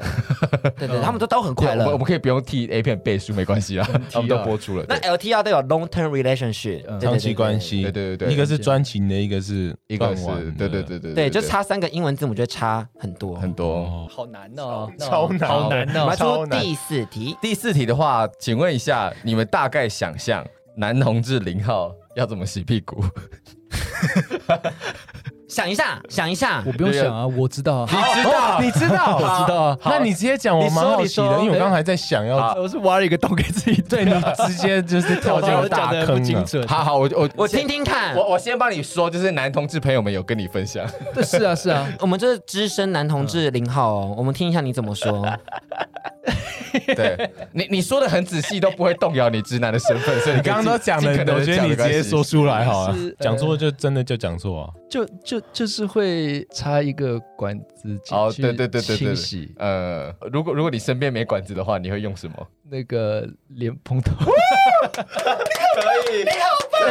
S2: 对对，他们都都很
S3: 对
S2: 快
S3: 我们我
S2: 乐
S3: 们。可以不用替 A 片背书，没关系啊，他们都播出了。
S2: 那
S3: 对
S2: LTR 都有 long term relationship，对对对
S5: 长期关系，
S3: 对对对对
S5: 一个是专情的，一个是
S3: 一个
S5: 断腕
S3: 是
S5: 的
S3: 对对对对
S2: 对，就差三个英文字母就会差很多。
S3: 很多。
S5: 哦，
S4: 好难哦，
S5: 超难
S4: 好难
S2: 我
S4: 哦
S2: 们。
S5: 超
S2: 出
S5: 难
S2: 第四题，
S3: 第四题的话，请问一下，你们大概想象男同志零号要怎么洗屁股？
S2: 想一下，想一下
S4: 我，不用想啊，我知道啊，
S3: 你知道
S5: 你知道，
S4: 我知道啊。
S5: 那你直接讲，我蛮好奇
S4: 你说你
S5: 的，
S4: 说
S5: 因为我刚才在想要，
S4: 我是挖了一个洞给自己
S5: 对
S4: 对
S5: 你直接就是跳进
S4: 我
S5: 了
S4: 讲
S5: 大
S4: 的不
S5: 坑
S4: 精
S5: 了。
S4: 准。
S3: 好好，我我
S2: 我听听看。
S3: 我我先帮你说，就是男同志朋友们有跟你分享，
S4: 对，是啊，是啊。
S2: 我们这是资深男同
S5: 嗯
S2: 志零号哦，我们听一下你怎么 说。
S3: 对你你说的很仔细，都不会动摇你直男的身份，所以
S5: 你刚刚都讲了，
S3: 的，
S5: 我觉得你直接说出来好了
S4: 是，呃
S5: 讲错就真的就讲错啊。
S4: 就就就是会插一个管子进
S3: 哦
S4: 去
S3: 对对对对对
S4: 清洗
S3: 呃，如果如果你身边没管子的话，你会用什么？
S4: 那个莲蓬头，
S5: 哎，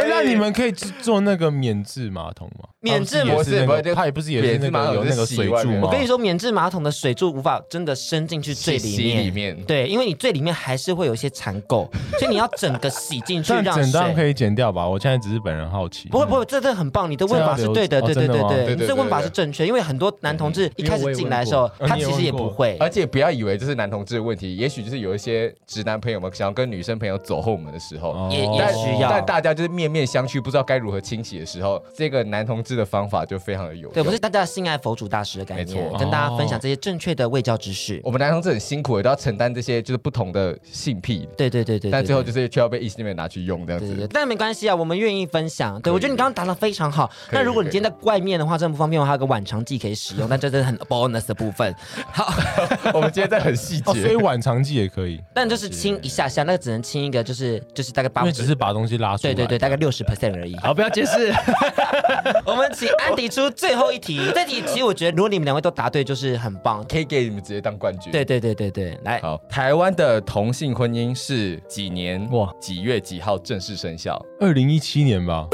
S5: 那你们可以做那个免治马桶吗？
S2: 免治
S5: 它不是也
S3: 不是
S5: 那
S3: 不是
S5: 个它也不是也
S3: 免
S5: 是
S3: 治
S5: 那
S3: 马桶
S5: 个有那个
S3: 是洗
S5: 水
S3: 外
S5: 柱
S3: 面
S5: 吗
S2: 我？跟你说，免治马桶的水柱无法真的伸进去最里
S3: 洗里
S2: 面，
S3: 面，
S2: 对，因为你最里面还是会有一些残 垢，所以你要整个洗进去，
S5: 但
S2: 让
S5: 整段可
S2: 水。
S5: 以剪掉吧？我现在只是本人好奇。
S2: 不会不会，这这很棒，你的问法是对的，
S5: 这
S2: 对
S5: 样
S2: 对对
S5: 留哦真的吗
S2: 对，
S3: 对
S2: 你这
S3: 对对
S2: 问法是正确，因为很多男同志一开始进来的时候，
S5: 嗯因为
S2: 他其
S5: 我也问过
S2: 实也不会。
S3: 而且不要以为这是男同志的问题，也许就是有一些直男朋友们想要跟女生朋友走后门的时候，
S5: 哦
S2: 也也
S3: 但
S2: 需要
S3: 但大家就是面面相觑，不知道该如何清洗的时候，这个男同志的方法就非常的有
S2: 对，
S3: 用。
S2: 不是大家性爱佛祖大师的概
S3: 没
S2: 念，
S3: 错哦
S2: 跟大家分享这些正确的卫教知识。
S3: 我们男同志很辛苦，都要承担这些就是不同的性癖，
S2: 对对对对，对
S3: 但最后
S2: 对
S3: 就是却要被异性恋拿去用这样
S2: 对对
S3: 子
S2: 对，。但没关系啊，我们愿意分享。对我觉得你刚刚答的非常好。
S3: 可以
S2: 那如果你今天在外面的话，真的不方便的话，还有个晚肠剂可以使 用，那这真的很 bonus 的部分。好，
S3: 我们今天在很细
S5: 哦，所以
S3: 节，
S5: 晚肠剂也可以，
S2: 但就是亲一下下，那个只能亲一个，就是就是大概八
S5: 因为只是把东西拉出
S2: 对
S5: 来。
S2: 对对，大概六十 percent 而已。
S4: 好，不要解释。
S2: 我们请安迪出最后一 题，这题其实我觉得如果你们两位都答对，就是很棒。
S3: 可以给你们直接当冠军。
S2: 对，对对对对，来，
S3: 好，台湾的同性婚姻是几年
S4: 哇
S3: 几月几号正式生效？
S5: 二零一七年吧，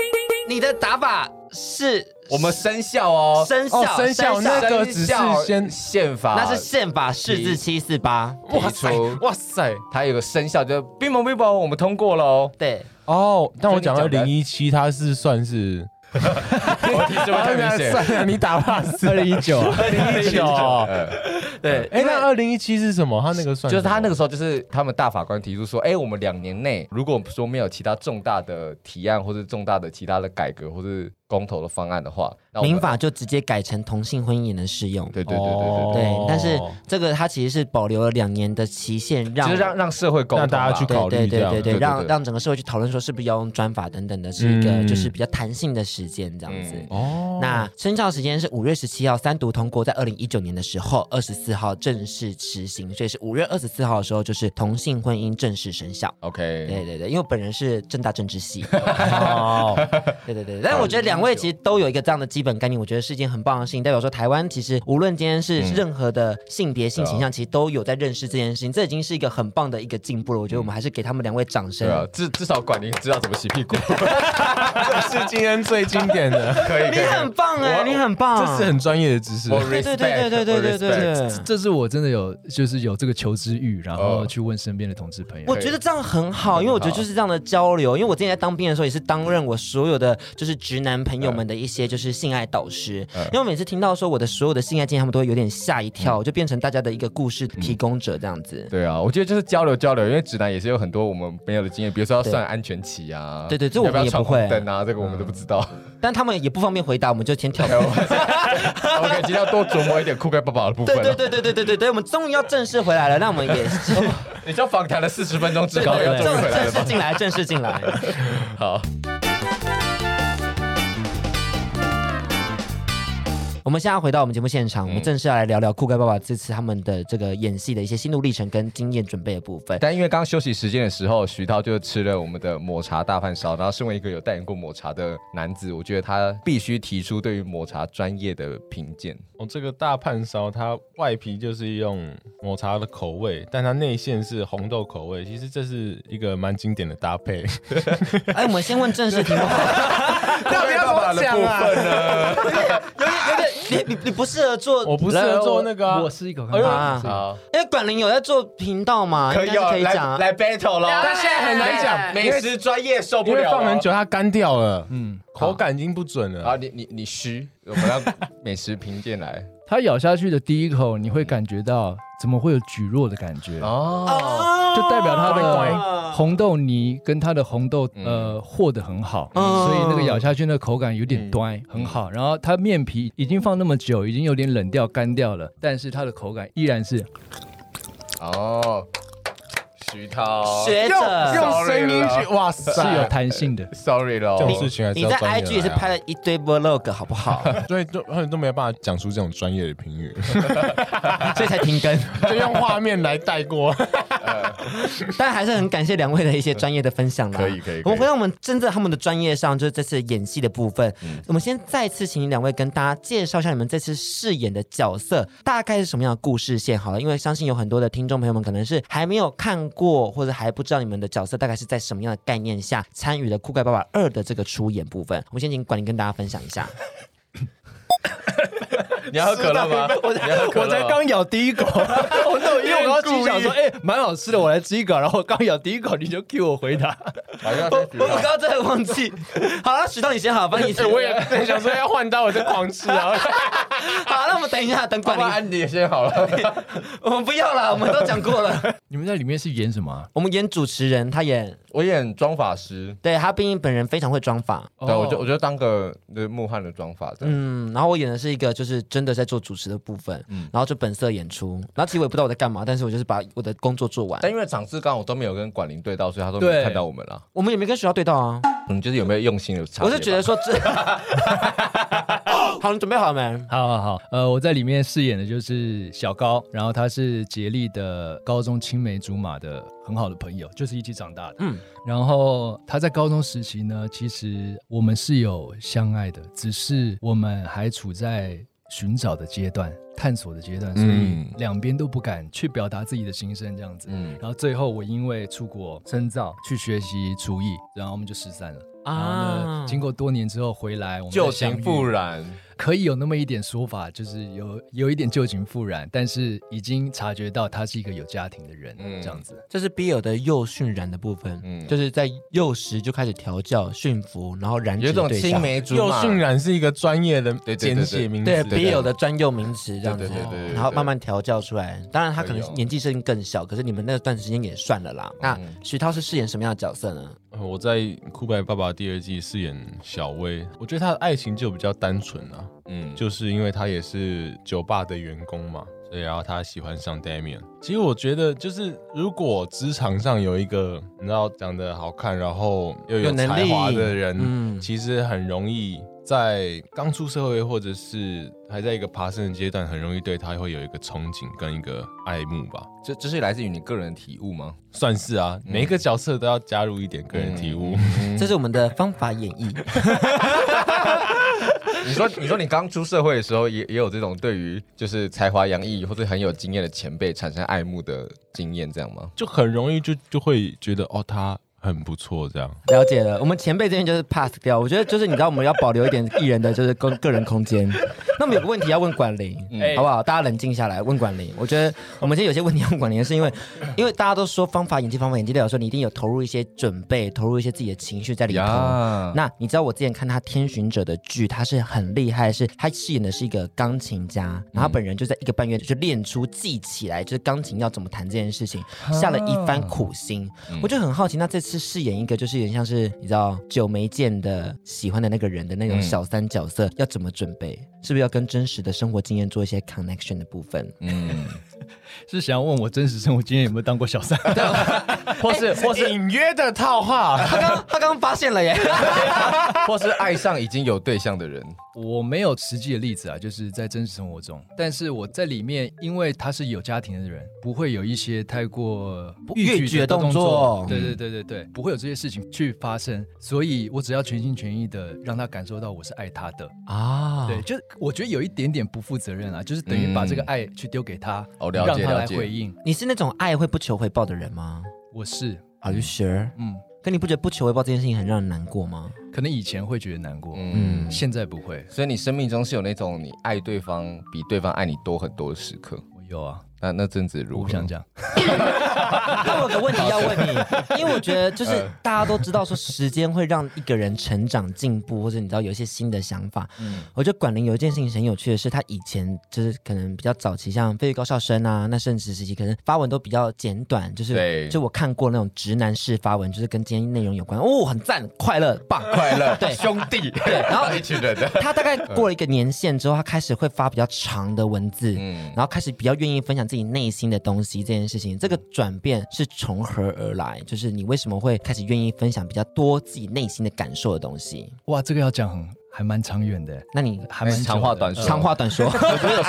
S2: 你的打法是
S3: 我们生效哦，
S2: 生效，
S5: 哦生效那个只是先
S3: 宪法，
S2: 那是宪法释字七四八，
S3: 哇塞哇塞，它有个生效，就是冰盟冰盟，我们通过喽。
S2: 对，
S5: 哦，但我讲
S3: 所
S5: 二
S3: 以你讲
S5: 零
S3: 的
S5: 一七，它是算是
S3: 我题这么太明显，
S5: 算了，你打 pass
S4: 二零一九，啊
S5: 二零一九。
S2: 对
S5: 哎，那二零一七是什么？它那个算
S3: 就是他那
S5: 个
S3: 个时候，就是他们大法官提出说，哎，我们两年内如果说没有其他重大的提案或者重大的其他的改革或是公投的方案的话，那我们
S2: 民法就直接改成同性婚姻也能适用。
S3: 对对对对对
S2: 对
S5: 哦，
S2: 但是这个它其实是保留了两年的期限，
S3: 对，
S2: 让
S3: 就是让让社会公
S5: 让大家去
S2: 对
S5: 考虑
S2: 对
S5: 这
S2: 对
S5: 样
S2: 对
S3: 对
S2: 对，
S3: 对
S2: 让
S3: 对
S2: 让整个社会去讨论说是不是要用专法等等的，是一个
S5: 嗯
S2: 就是比较弹性的时间这样子。
S3: 嗯
S5: 哦
S2: 那生效时间是五月十七号，三读通过，在二零一九年的时候，二十四号正式实行，所以是五月二十四号的时候，就是同性婚姻正式生效。
S3: OK，
S2: 对对对，因为我本人是正大政治系，
S5: 哦
S2: 对对对，但我觉得两位其实都有一个这样的基本概念，我觉得是一件很棒的事情，代表说台湾其实无论今天是任何的性别、性倾向，其实都有在认识这件事情，这已经是一个很棒的一个进步了。我觉得我们还是给他们两位掌声
S3: 对。啊，至至少管宁知道怎么 洗屁股，
S5: 这是今天最经典 的，
S3: 可以
S2: 你
S3: 可以。
S2: 很棒哎，
S3: 我
S2: 你很棒，
S5: 这是很专业的知识。
S3: 我
S2: 对
S3: respect，
S2: 对对对对对对对对
S3: respect
S2: 对。
S4: 这是我真的有，就是有这个求知欲，然后
S3: 哦
S4: 去问身边的同志朋友。
S2: 我觉得这样很好，因为我觉得就是这样的交流。因为我之前在当兵的时候，也是担任我所有的就是直男朋友们的一些就是性爱导师。因为我每次听到说我的所有的性爱经验，他们都会有点吓一跳，就变成大家的一个故事提供者这样子。
S3: 对啊，我觉得就是交流交流，因为直男也是有很多我们没有的经验，比如说要算安全期啊，
S2: 对对这我们
S3: 要不要
S2: 也
S3: 闯
S2: 不会嗯
S3: 红灯啊，这个我们都不知道，
S2: 但他们也不方便回答，我们就先跳过。
S3: 我们可能今天要多琢磨一点酷盖爸爸的部分
S2: 对对
S3: 啊。
S2: 对对对对对对，我们终于要正式回来了，那我们也是
S3: 你知道访谈了四十分钟之
S2: 对
S3: 高，
S2: 对
S3: 要
S2: 对
S3: 终
S2: 正
S3: 于回来
S2: 正
S3: 了
S2: 式
S3: 吧？
S2: 进来，正式进来。
S3: 好，
S2: 我我们现在回到我们节目现场，我们正式要来聊聊酷盖爸爸这次他们的这个演戏的一些心路历程跟经验准备的部分。
S3: 但因为刚刚休息时间的时候，徐涛就吃了我们的抹茶大饭烧。然后，身为一个有代言过抹茶的男子，我觉得他必须提出对于抹茶专业的评鉴。
S5: 哦，这个大胖烧它外皮就是用抹茶的口味，但它内馅是红豆口味。其实这是一个蛮经典的搭配。
S2: 哎，我们先问正式题目，
S1: 到底要怎么讲啊？
S2: 你你你不适合做，
S5: 我不适合做那个啊、
S4: 我是一口
S5: 哎
S4: 看
S5: 呦
S4: 看。
S2: 啊，
S3: 好，
S2: 因为管林有在做频道嘛，应该是可以讲啊。
S3: 来 battle 了，
S1: 但现在很难讲，
S3: 美食专业受不
S5: 因
S3: 了
S5: 为
S3: 了，
S5: 放很久它干掉了，
S4: 嗯，
S5: 口感已经不准
S3: 啊，
S5: 了。
S3: 你你你虚，我们要美食评鉴来
S4: 它咬下去的第一口，你会感觉到怎么会有蒟蒻的感觉，
S3: 哦，
S4: 就代表它的
S2: 乖
S4: 红豆泥跟它的红豆呃和的很好，
S2: 嗯
S4: 所以那个咬下去那口感有点端，很好。然后它面皮已经放那么久，已经有点冷掉干掉了，但是它的口感依然是
S3: 哦，徐涛
S2: 学
S5: 用
S2: 者，
S5: 用声音去，哇塞，
S4: 是有弹性的。
S3: ，sorry 咯，
S5: 这种事情还是
S2: 你
S5: 要
S2: 在
S5: 专业
S2: IG 也是
S5: 来啊
S2: 拍了一堆 vlog 好不好？
S5: 所以都都没有办法讲出这种专业的评语，
S2: 所以才停更。
S5: 就用画面来带过。
S2: 但还是很感谢两位的一些专业的分享啦。
S3: 可以可以可以
S2: 我们回到我们真正他们的专业上，就是这次演戏的部分。
S3: 嗯
S2: 我们先再次请两位跟大家介绍一下你们这次饰演的角色大概是什么样的故事线好了，因为相信有很多的听众朋友们可能是还没有看过或者还不知道你们的角色大概是在什么样的概念下参与了《酷盖爸爸二》的这个出演部分。我们先请管理跟大家分享一 下。
S3: 你要喝可乐吗？我
S4: 我才刚咬第一口，我那 因为我刚想说，哎、蛮好吃的，我来吃一口。然后我刚咬第一口，你就 cue 我回答。
S2: 我我刚刚真的忘记。好了，许东你先好，帮你。 我也
S5: 对，想说要换到我就狂吃 啊！
S2: 好，那我们等一下，等管
S3: 爸
S2: 理。
S3: 安迪先好了，
S2: 我们不要了，我们都讲过了。
S4: 你们在里面是演什么啊、
S2: 我们演主持人，他演
S3: 我演妆法师。
S2: 对他毕竟本人非常会装法，
S4: 哦
S3: 对，我就我就当个就是木汉的妆法这样。
S2: 嗯，然后我演的是一个就是真的在做主持的部分，
S3: 嗯
S2: 然后就本色演出，然后其实我也不知道我在干嘛，但是我就是把我的工作做完。
S3: 但因为场次刚好都没有跟管林对到，所以他都没有
S4: 对
S3: 看到我们啦。
S2: 我们也没跟学校对到啊，
S3: 嗯，就是有没有用心的差
S2: 我
S3: 别吧？
S2: 是觉得说 这，好，你准备好了没？
S4: 好好好，呃，我在里面饰演的就是小高，然后他是杰力的高中青梅竹马的很好的朋友，就是一起长大的。嗯，然后他在高中时期呢，其实我们是有相爱的，只是我们还处在寻找的阶段、探索的阶段，所以
S5: 嗯
S4: 两边都不敢去表达自己的心声，这样子。
S3: 嗯
S4: 然后最后我因为出国深造去学习厨艺，然后我们就失散了。
S3: 嗯
S2: 啊
S4: 然后呢，经过多年之后回来，我们
S3: 啊旧
S4: 再相
S3: 情
S4: 遇
S3: 复燃，
S4: 可以有那么一点说法，就是有有一点旧情复燃，但是已经察觉到他是一个有家庭的人，
S3: 嗯
S4: 这样子。
S2: 这是 B 尔的诱训染的部分，
S3: 嗯
S2: 就是在幼时就开始调教、驯服，然后染
S3: 有
S2: 指
S3: 一
S2: 的
S3: 种
S2: 对
S3: 青
S2: 象。
S3: 梅竹
S5: 又
S3: 马。
S5: 渲染是一个专业的
S3: 对对对
S5: 简写名字，
S2: 对
S3: 对
S2: B 友的专用名词这样子，
S3: 对对对对对
S2: 然后慢慢调教出来。当然，他可
S3: 可以哦
S2: 能年纪是更小，可是你们那段时间也算了
S3: 嗯
S2: 啦。那徐涛是饰演什么样的角色呢？
S5: 呃我在《酷白爸爸》第二季饰演小薇，我觉得她的爱情就比较单纯啊，
S3: 嗯，就
S5: 就是因为她也是酒吧的员工嘛，所以然后她喜欢上 Damian。其实我觉得，就是如果职场上有一个你知道长得好看，然后又
S2: 有
S5: 有
S2: 能
S5: 才
S2: 力
S5: 华的人，
S2: 嗯
S5: 其实很容易在刚出社会或者是还在一个爬升的阶段，很容易对他会有一个憧憬跟一个爱慕吧。
S3: 这这是来自于你个人的体悟吗？
S5: 算是啊，
S2: 嗯
S5: 每一个角色都要加入一点个人体悟。
S3: 嗯
S2: 这是我们的方法演绎。
S3: 你说，你说你刚出社会的时候，也也有这种对于就是才华洋溢或者很有经验的前辈产生爱慕的经验，这样吗？
S5: 就很容易就就会觉得哦，他很不错这样。
S2: 了解了，我们前辈这边就是 pass 掉。我觉得就是你知道，我们要保留一点艺人的就是个个人空 间。那么有个问题要问管林，
S3: 哎
S2: 好不好？大家冷静下来问管林。我觉得我们今天有些问题要问管林，是因为因为大家都说方法演技，方法演技，代表说你一定有投入一些准备，投入一些自己的情绪在里头。
S3: 呀
S2: 那你知道我之前看他《天巡者》的剧，他是很厉害，是他饰演的是一个钢琴家，然后他本人就在一个半月就练出
S3: 嗯
S2: 记起来，就是钢琴要怎么弹这件事情，下了一番苦心。我就很好奇，那这是饰演一个就是有点像是你知道久没见的喜欢的那个人的那种
S3: 嗯
S2: 小三角色，要怎么准备？是不是要跟真实的生活经验做一些 connection 的部分？
S3: 嗯，
S4: 是想要问我真实生活今天有没有当过小三，
S3: 或是或是
S1: 隐约的套话，
S2: 他刚他刚发现了耶，
S3: 或是爱上已经有对象的人，
S4: 我没有实际的例子啊，就是在真实生活中，但是我在里面，因为他是有家庭的人，不会有一些太过
S2: 越
S4: 逾矩
S2: 矩
S4: 的
S2: 的动
S4: 动
S2: 作
S4: 对对对对对，不会有这些事情去发生，所以我只要全心全意的让他感受到我是爱他的，
S2: 啊，
S4: 对，就是我觉得有一点点不负责任啊，就是等于把这个爱去丢给他，
S3: 嗯哦了
S4: 让
S3: 解
S4: 他来
S3: 了解
S4: 回应。
S2: 你是那种爱会不求回报的人吗
S4: 我是，
S2: ？Are you sure？
S4: 嗯，
S2: 可你不觉得不求回报这件事情很让人难过吗？
S4: 可能以前会觉得难过，
S3: 嗯，
S4: 现在不会。
S3: 所以你生命中是有那种你爱对方比对方爱你多很多的时刻。
S4: 我有啊，
S3: 那那阵子如
S4: 我
S3: 何？
S4: 不想讲。
S2: 那我有个问题要问你，因为我觉得就是大家都知道说时间会让一个人成长进步，或者你知道有一些新的想法。嗯，我觉得管林有一件事情很有趣的是，他以前就是可能比较早期，像飞越高校生啊，那甚至时期可能发文都比较简短，就是
S3: 对
S2: 就我看过那种直男式发文，就是跟今天内容有关，哦，很赞，快乐，棒。
S3: 快乐，
S2: 对
S3: 兄弟，
S2: 对，然 后
S3: 一群人的，
S2: 他大概过了一个年限之后，他开始会发比较长的文字，
S3: 嗯
S2: 然后开始比较愿意分享自己内心的东西。这件事情，这个转变是从何而来？就是你为什么会开始愿意分享比较多自己内心的感受的东西？
S4: 哇，这个要讲很还蛮长远的，
S2: 那你
S4: 还蛮
S3: 哎
S4: 久的
S3: 长话短说
S2: 长话短 说，
S4: 我觉得有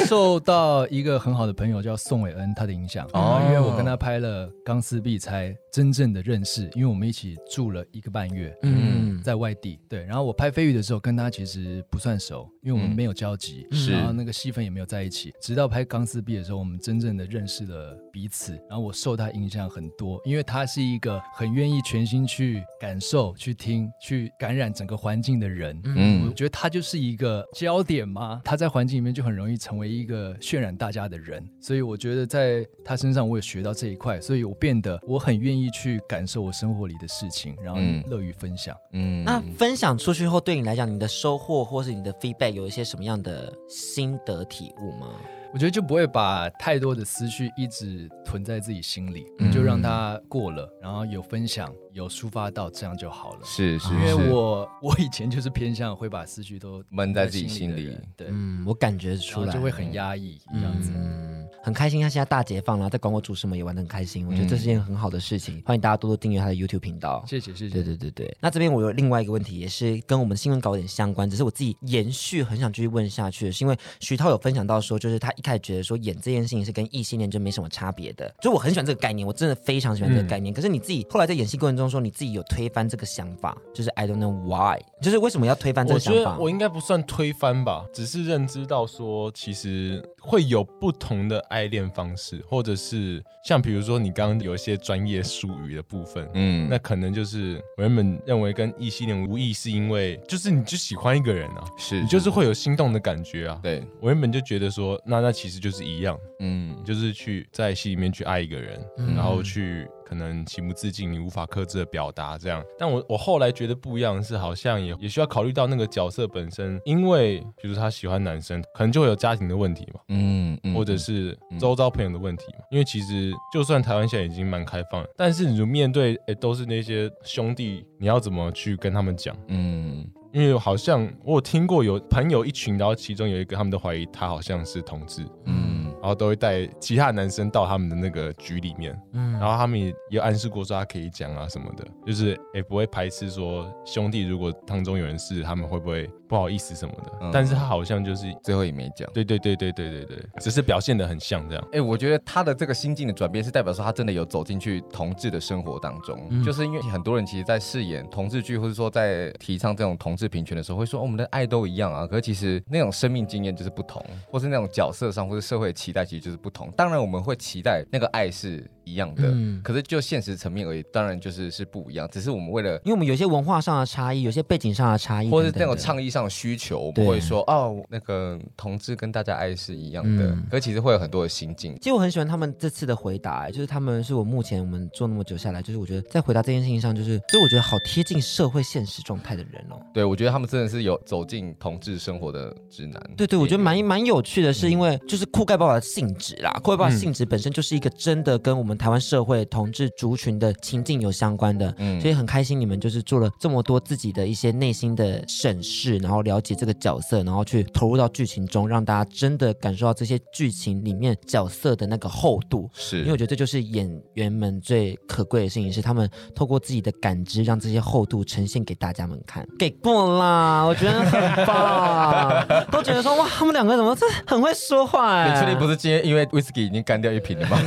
S4: 受 受到一个很好的朋友叫宋伟恩他的影响，哦、因为我跟他拍了《钢丝币》才真正的认识，因为我们一起住了一个半月，
S2: 嗯，
S4: 在外地。对，然后我拍《飞鱼》的时候跟他其实不算熟，因为我们
S3: 嗯
S4: 没有交集，
S3: 是
S4: 然后那个戏份也没有在一起。直到拍《钢丝币》的时候，我们真正的认识了彼此。然后我受他影响很多，因为他是一个很愿意全心去感受、去听、去感染整个环境的人。我
S3: 嗯，
S4: 觉得他就是一个焦点嘛，他在环境里面就很容易成为一个渲染大家的人，所以我觉得在他身上我也学到这一块，所以我变得我很愿意去感受我生活里的事情，然后
S3: 嗯
S4: 乐于分享。
S3: 嗯，
S2: 那分享出去后，对你来讲，你的收获或是你的 feedback 有一些什么样的心得体悟吗？
S4: 我觉得就不会把太多的思绪一直囤在自己心里，
S3: 嗯
S4: 就让它过了，然后有分享，有抒发到，这样就好了。
S3: 是是
S4: 因为
S3: 是，
S4: 我我以前就是偏向会把思绪都
S3: 闷在自己心
S4: 里的
S3: 里
S4: 人，对，
S2: 嗯，我感觉
S4: 然
S2: 出
S4: 后
S2: 来
S4: 就会很压抑这样子。
S2: 嗯，很开心，他现在大解放了，在管我煮什么也玩得很开心，我觉得这是件很好的事情，欢迎大家多多订阅他的 YouTube 频道。
S4: 谢谢谢谢
S2: 对，对对对，那这边我有另外一个问题，也是跟我们新闻稿有点相关，只是我自己延续很想继续问下去，是因为徐涛有分享到说，就是他一开始觉得说演这件事情是跟异性恋就没什么差别的，就我很喜欢这个概念，我真的非常喜欢这个概念。可是你自己后来在演戏过程中说，你自己有推翻这个想法，就是 I don't know why，就是为什么要推翻这
S5: 我
S2: 个
S5: 觉
S2: 想
S5: 得
S2: 法？
S5: 我应该不算推翻吧，只是认知到说，其实会有不同的爱恋方式，或者是像比如说你刚刚有一些专业术语的部分，
S3: 嗯，
S5: 那可能就是我原本认为跟异性恋无异，是因为就是你就喜欢一个人啊，
S3: 是
S5: 你就是会有心动的感觉啊。
S3: 对，
S5: 我原本就觉得说，那那其实就是一样，
S3: 嗯
S5: 就是去在戏里面去爱一个人，
S2: 嗯
S5: 然后去可能情不自禁，你无法克制的表达这样。但我我后来觉得不一样的是，好像也也需要考虑到那个角色本身，因为比如说他喜欢男生，可能就会有家庭的问题嘛。
S3: 嗯嗯，
S5: 或者是周遭朋友的问题嘛。因为其实就算台湾现在已经蛮开放了，但是你面对诶、都是那些兄弟，你要怎么去跟他们讲？
S3: 嗯
S5: 因为好像我有听过有朋友一群，然后其中有一个他们都怀疑他好像是同志，
S3: 嗯
S5: 然后都会带其他男生到他们的那个局里面，
S2: 嗯
S5: 然后他们也也暗示过说他可以讲啊什么的，就是也不会排斥说兄弟如果当中有人是他们会不会不好意思什么的，
S3: 嗯
S5: 但是他好像就是
S3: 最后也没讲。
S5: 对对对对对对对，只是表现的很像这样。
S3: 哎、我觉得他的这个心境的转变是代表说他真的有走进去同志的生活当中，
S2: 嗯
S3: 就是因为很多人其实，在饰演同志剧或者说在提倡这种同志平权的时候，会说、哦、我们的爱都一样啊，可是其实那种生命经验就是不同，或是那种角色上或是社会的期待其实就是不同。当然我们会期待那个爱是一样的，
S2: 嗯
S3: 可是就现实层面而言，当然就是是不一样。只是我们为了
S2: 因为我们有一些文化上的差异，有些背景上的差异，
S3: 或是
S2: 等
S3: 那
S2: 等
S3: 种
S2: 的
S3: 倡议上的需求，我
S2: 对
S3: 们会说哦，那个同志跟大家爱是一样的，
S2: 嗯
S3: 可是其实会有很多的心境。
S2: 其实我很喜欢他们这次的回答、哎就是他们是我目前我们做那么久下来，就是我觉得在回答这件事情上，就是所以我觉得好贴近社会现实状态的人哦。
S3: 对，我觉得他们真的是有走进同志生活的直男。
S2: 对对，我嗯觉得蛮蛮有趣的，是因为就是酷盖爸爸的性质啦，酷盖爸爸的性质本身就是一个真的跟我们们台湾社会同志族群的情境有相关的，
S3: 嗯
S2: 所以很开心你们就是做了这么多自己的一些内心的审视，然后了解这个角色，然后去投入到剧情中，让大家真的感受到这些剧情里面角色的那个厚度。因为我
S3: 是
S2: 觉得这就是演员们最可贵的事情，是他们透过自己的感知，让这些厚度呈现给大家们看。给过啦，我觉得很 棒，都觉得说哇，他们两个怎么这很会说话哎、
S3: 你确定不是今天因为 whisky 已经干掉一瓶了 吗？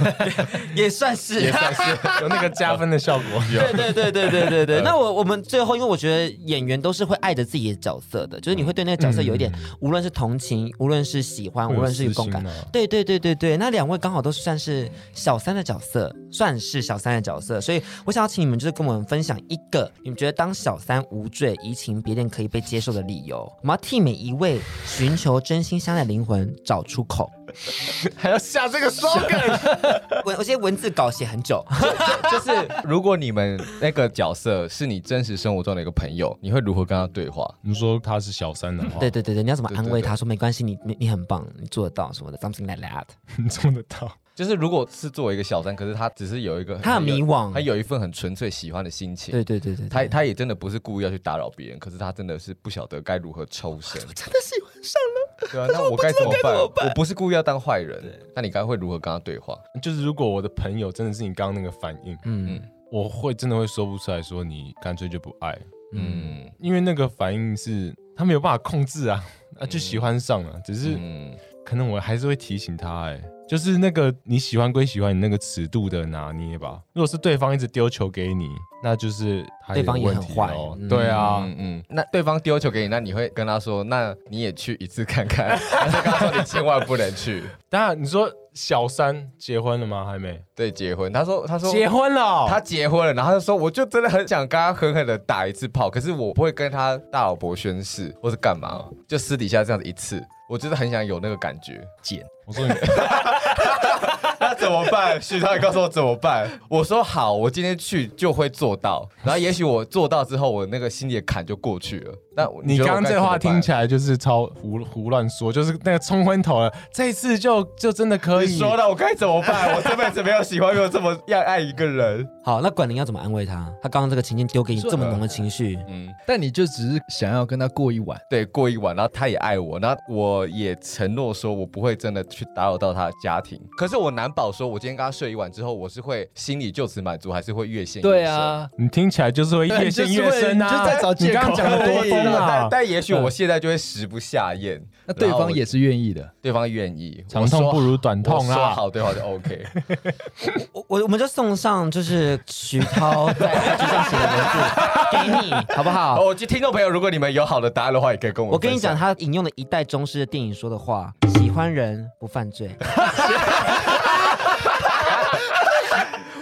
S2: 也算是，啊也算是。
S5: 有那个加分的效果。
S2: 对对对对对 对对。那我我们最后，因为我觉得演员都是会爱着自己的角色的，就是你会对那个角色有一点，无论是同情，无论是喜欢，无论是有共感
S5: 会有私心啊，
S2: 对对对对对，那两位刚好都算是小三的角色，算是小三的角色，所以我想要请你们就是跟我们分享一个你们觉得当小三无罪、移情别恋可以被接受的理由。我们要替每一位寻求真心相爱的灵魂找出口。
S5: 还要 下这个 slogan，
S2: 文，我这些文字稿写很久，
S3: 就是 如果你们那个角色是你真实生活中的一个朋友，你会如何跟他对话？
S5: 你说他是小三的 话，
S2: 对对对对，你要怎么
S3: 对
S2: 安
S3: 对
S2: 慰
S3: 对
S2: 他说没关系，你你你很棒，你做得到什么的，something like that。
S5: 你做得到？
S3: 就是如果是作为一个小三，可是他只是有一个
S2: 他很迷惘
S3: 他有一份很纯粹喜欢的心情。
S2: 对对对对，
S3: 他他也真的不是故意要去打扰别人，可是他真的是不晓得该如何抽 身。
S2: 真的喜欢上了。
S3: 对啊，那我该怎么办？我不是故意要当坏人，那你该会如何跟他对话？
S5: 就是如果我的朋友真的是你刚刚那个反应，
S2: 嗯
S5: 我会真的会说不出来说你干脆就不爱，
S3: 嗯
S5: 因为那个反应是他没有办法控制啊，啊就喜欢上了，只是
S3: 嗯，
S5: 可能我还是会提醒他、哎，就是那个你喜欢归喜欢，你那个尺度的拿捏吧。如果是对方一直丢球给你，那就是他
S2: 对方也
S5: 有问
S2: 很
S5: 题
S2: 坏
S5: 咯
S2: 嗯
S5: 对啊，
S3: 嗯嗯，那对方丢球给你，那你会跟他说，那你也去一次看 看，但是跟他说你千万不能去。
S5: 当然你说小三结婚了吗？还没
S3: 对，结婚，他说他说
S5: 结婚了，
S3: 他结婚了，然后他就说我就真的很想跟他狠狠的打一次炮，可是我不会跟他大老婆宣誓或是干嘛，就私底下这样子一次，我就是很想有那个感觉。
S4: 剪
S5: 我说你
S3: 那怎么办？ 徐涛，你告诉我怎么办？我说好，我今天去就会做到。然后也许我做到之后，我那个心里的坎就过去了。那
S5: 你刚刚这话听起
S3: 来，
S5: 来就是超胡胡乱说，就是那个冲昏头了，这一次就就真的可以
S3: 你说了我该怎么 办？我这辈子没有喜欢过这么样爱一个人。
S2: 好，那管宁要怎么安慰他？他刚刚这个情境丢给你这么浓的情绪，
S3: 嗯，
S4: 但你就只是想要跟他过一晚，
S3: 对，过一晚，然后他也爱我，然后我也承诺说我不会真的去打扰到他的家庭。可是我难保说，我今天跟他睡一晚之后，我是会心里就此满足，还是会越陷越深？
S4: 对啊，
S5: 你听起来就是会越陷越
S4: 对你就
S5: 深啊！
S4: 是会你就在找借口
S5: 你刚刚讲的多
S3: 对。
S5: 疯
S3: 但
S5: 啊！
S3: 但也许我现在就会食不下咽，
S4: 那对
S3: 然后
S4: 方
S3: 我
S4: 也是愿意的。
S3: 对方愿意，
S5: 长痛不如短
S3: 我
S5: 痛
S3: 说
S5: 啊！
S3: 好对话就 OK。
S2: 我我我们就送上就是徐涛在 IG 上写的文字给你，好不好？
S3: 哦，就听众朋友，如果你们有好的答案的话，也可以跟我们
S2: 我
S3: 分
S2: 跟
S3: 享。
S2: 你讲，他引用了一代宗师的电影说的话：“喜欢人不犯罪。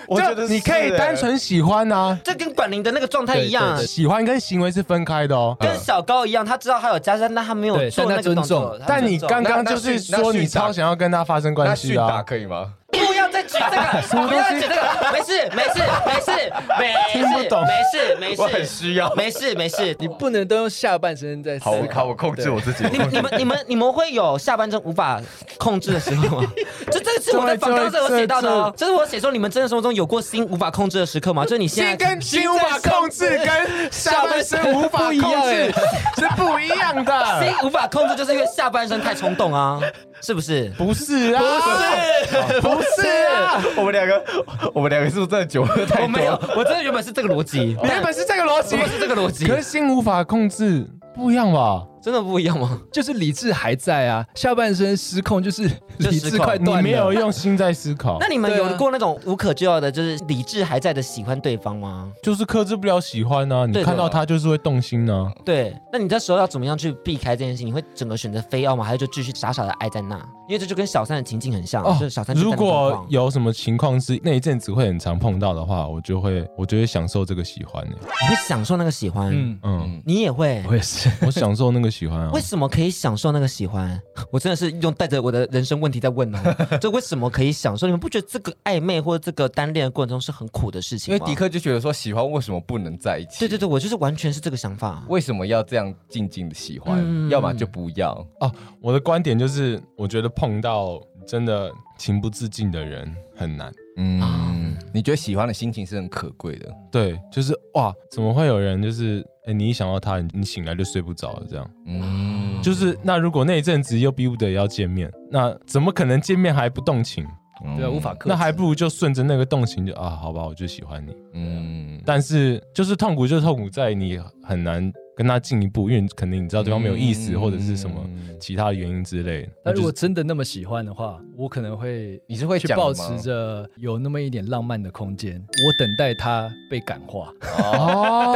S3: 我觉得
S5: 就你可以
S3: 是欸
S5: 单纯喜欢啊”，
S2: 这跟管宁的那个状态一样，
S5: 喜欢跟行为是分开的哦。
S2: 跟小高一样，他知道他有加深，但他没有
S4: 对
S2: 做
S4: 但
S2: 那
S4: 他
S2: 个动
S4: 尊重
S2: 作。他
S5: 但你
S2: 尊重
S5: 刚刚
S3: 那
S5: 就
S3: 那
S5: 是
S3: 训那
S5: 说你
S3: 训打
S5: 超想要跟他发生关
S3: 那
S5: 系
S3: 训
S5: 的
S3: 打
S5: 啊，
S3: 可以吗？
S2: 不要再举这个，不要再举这个，没事没事没事没事，
S5: 听不懂
S2: 没事没
S3: 我很
S2: 事
S3: 需要。
S2: 没事没事。
S4: 你不能都用下半身在思
S3: 好，我
S4: 考
S3: 好，。我控制我自己。
S2: 你们你 们你们你们会有下半身无法控制的时 候吗？这这是我在
S5: 这位
S2: 访纲上有写到的哦这
S5: 这位，
S2: 是我写说你们真的生活中有过心无法控制的时刻吗？就是你现在
S5: 心跟心无法控制，跟下半身无法
S4: 不一
S5: 控
S4: 样
S5: 制
S4: 欸
S5: 是不一样的
S2: 心。无法控制，就是因为下半身太冲动啊， 是不是？
S5: 不是啊，不是，不是啊！
S3: 我们两个，我们两个是不是真的酒喝太
S2: 我没有
S3: 多？，
S2: 我真的原本是这个逻辑，
S5: 你原本是这个逻辑
S2: 怎，么是这个逻辑
S5: 哦可？是心无法控制，不一样吧？
S2: 真的不一样吗？
S4: 就是理智还在啊，下半身失控就是理智快断了。
S5: 你没有用心在思考
S2: 那，你们
S4: 对啊
S2: 有过那种无可救药的，就是理智还在的喜欢对方吗？
S5: 就是克制不了喜欢
S2: 对
S5: 啊。你
S2: 的
S5: 看到他就是会动心啊呢、
S2: 对，那你这时候要怎么样去避开这件事情？你会整个选择非要吗？还是就继续傻傻的爱在那？因为这就跟小三的情境很像，就是哦小三就在
S5: 哦如
S2: 那个状
S5: 果
S2: 况
S5: 有什么情况是那一阵子会很常碰到的话，我就会我就会享受这个喜欢、欸、
S2: 你会享受那个喜欢，
S4: 嗯，
S5: 嗯，
S2: 你也会。
S4: 我也是。
S5: 我享受那个喜欢啊
S2: 为。什么可以享受那个喜欢？我真的是用带着我的人生问题在问哦，就为什么可以享受？你们不觉得这个暧昧或者这个单恋的过程中是很苦的事情
S3: 因为
S2: 吗？
S3: 迪克就觉得说，喜欢为什么不能在一起？
S2: 对对对，我就是完全是这个想法。
S3: 为什么要这样静静的喜欢？
S2: 嗯
S3: 要么就不要。
S5: 我的观点就是，我觉得碰到真的情不自禁的人很难。
S3: 嗯，你觉得喜欢的心情是很可贵的。
S5: 对，就是哇，怎么会有人就是哎、你一想到他，你你醒来就睡不着了这样？
S3: 嗯，
S5: 就是那如果那一阵子又逼不得要见面，那怎么可能见面还不动情？
S3: 嗯
S5: 嗯
S4: 对啊，无法克制。
S5: 那还不如就顺着那个动情就啊，好吧，我就喜欢你。
S3: 嗯，
S5: 但是就是痛苦，就是痛苦在你很难跟他进一步，因为可能你知道对方没有意思，
S3: 嗯
S5: 或者是什么其他的原因之类的。
S4: 那如
S5: 就
S4: 果
S5: 是
S4: 真的那么喜欢的话，我可能会
S3: 你是会
S4: 去
S3: 讲的
S4: 保
S3: 吗
S4: 持着有那么一点浪漫的空间，我等待他被感化，
S3: 哦，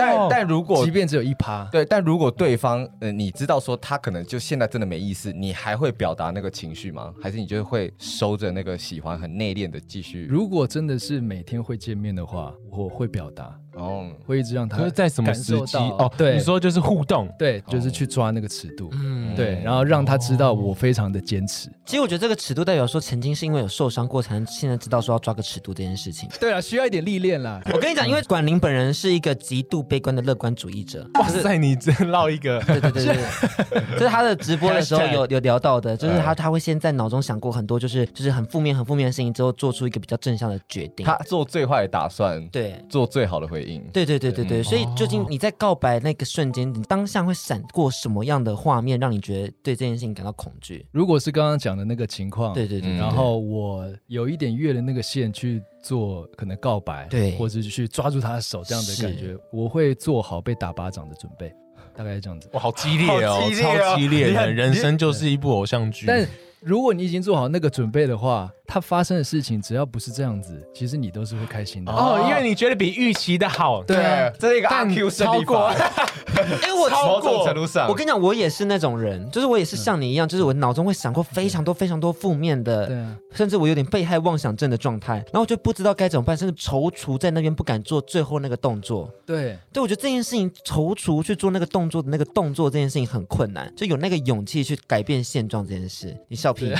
S3: 但但如果
S4: 即便只有一趴。
S3: 对，但如果对方呃，你知道说他可能就现在真的没意思，你还会表达那个情绪吗？还是你就会收着那个喜欢，很内敛的继续？
S4: 如果真的是每天会见面的话，我会表达，
S3: 哦，
S4: 会一直让他
S5: 可是在什么时
S4: 感
S5: 机
S4: 受到
S5: 哦？
S4: 对，
S5: 你说就是互动，
S4: 对，就是去抓那个尺度，
S2: 嗯，
S4: 对，然后让他知道我非常的坚持。
S2: 其实我觉得这个尺度代表说，曾经是因为有受伤过，才能现在知道说要抓个尺度这件事情。
S4: 对啊，需要一点历练啦。
S2: 我跟你讲，因为管林本人是一个极度悲观的乐观主义者，
S5: 哇塞，你真唠一个
S2: 对对对对，就是他的直播的时候
S5: Hashtag
S2: 有有聊到的，就是他他会先在脑中想过很多，就是就是很负面很负面的事情之后，做出一个比较正向的决定。
S3: 他做最坏的打算，
S2: 对
S3: 做最好的回应。
S2: 对对对对对，所以究竟你在告白那个瞬间，你当下会闪过什么样的画面，让你觉得对这件事情感到恐惧？
S4: 如果是刚刚讲的那个情况，
S2: 对对对对
S3: 嗯
S4: 然后我有一点越了那个线去做可能告白，
S2: 对
S4: 或者是去抓住他的手这样的感觉，我会做好被打巴掌的准备， 大概是这样子。
S5: 哇，好激烈哦，
S3: 好激烈哦
S5: 超激烈
S3: 你
S5: 的，
S3: 很
S5: 人生就是一部偶像剧。
S4: 但如果你已经做好那个准备的话，它发生的事情只要不是这样子，其实你都是会开心的。
S5: 哦，因为你觉得比预期的好，
S4: 对啊，
S3: 这是一个阿
S5: 但
S3: Q
S5: 超过，
S2: 因为哎我
S3: 某种程度上，
S2: 我跟你讲，我也是那种人，就是我也是像你一样，就是我脑中会闪过非常多非常多负面
S4: 对
S2: 的，
S4: 啊，
S2: 甚至我有点被害妄想症的状态，然后我就不知道该怎么办，甚至踌躇在那边不敢做最后那个动作。
S4: 对，啊
S2: 对，我觉得这件事情踌躇去做那个动作的那个动作这件事情很困难，就有那个勇气去改变现状这件事。你笑屁？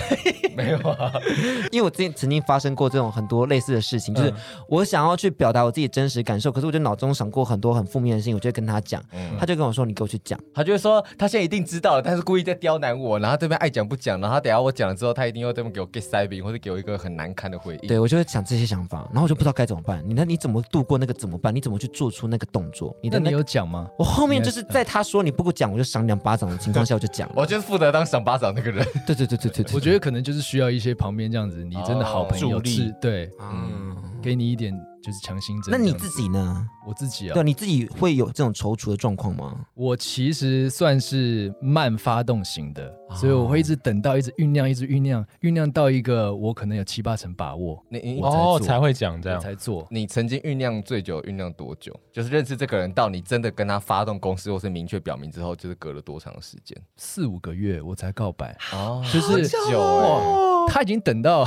S2: 没有啊， 因为我之前曾经发生过这种很多类似的事情，就是我想要去表达我自己真实感受，可是我就脑中想过很多很负面的事情，我就会跟他讲，他就跟我说：“你给我去讲。
S3: 他就会说他现在一定知道了，但是故意在刁难我，然后这边爱讲不讲，然后他等下我讲了之后，他一定又这么给我 get 塞饼，或者给我一个很难堪的回应。
S2: 对我就会想这些想法，然后我就不知道该怎么办。你那你怎么度过那个怎么办？你怎么去做出那个动作？你
S4: 那
S2: 的
S4: 你
S2: 那个
S4: 有讲吗？
S2: 我后面就是在他说你不给我讲，我就赏两巴掌的情况下，我就讲了。
S3: 我就是负责当赏巴掌那个人。
S2: 对对对对对对，
S4: 我觉得可能就是需要一些旁边这样子，你真的好朋
S5: 哦助
S4: 友
S5: 力
S4: 是，对，
S2: 得啊。
S4: 给你一点就是强心针这
S2: 那
S4: 样子。
S2: 你自己呢？
S4: 我自己啊
S2: 对，，你自己会有这种踌躇的状况吗？
S4: 我其实算是慢发动型的，所以我会一直等到，一直酝酿，一直酝酿，酝酿到一个我可能有七八成把握，
S3: 你你
S4: 我才
S5: 哦
S4: 做
S5: 才会讲这
S4: 我
S5: 样。
S4: 才做。
S3: 你曾经酝酿最久，酝酿多久？就是认识这个人到你真的跟他发动攻势，或是明确表明之后，就是隔了多长时间？
S4: 四五个月我才告白，
S3: 哦，
S4: 就是
S3: 久哦、
S4: 他已经等到，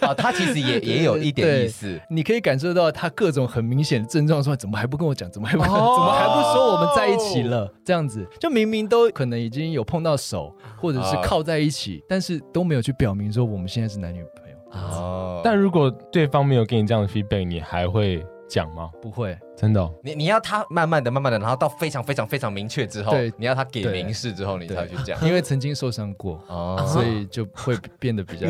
S3: 啊，他其实也也有一点意思。
S4: 你可以感受到他各种很明显的症状，说怎么还不跟我讲，怎么还不、 怎么还不说我们在一起了？这样子，就明明都可能已经有碰到手，或者是
S3: 啊
S4: 靠在一起，但是都没有去表明说我们现在是男女朋友，
S3: 哦，
S5: 但如果对方没有给你这样的 feedback，你还会讲吗？
S4: 不会。
S5: 真的哦
S3: 你你要他慢慢的、慢慢的，然后到非常非常非常明确之后
S4: 对，
S3: 你要他给
S4: 对
S3: 明示之后，你才去讲。
S4: 因为曾经受伤过，
S3: 哦，
S4: 所以就会变得比较。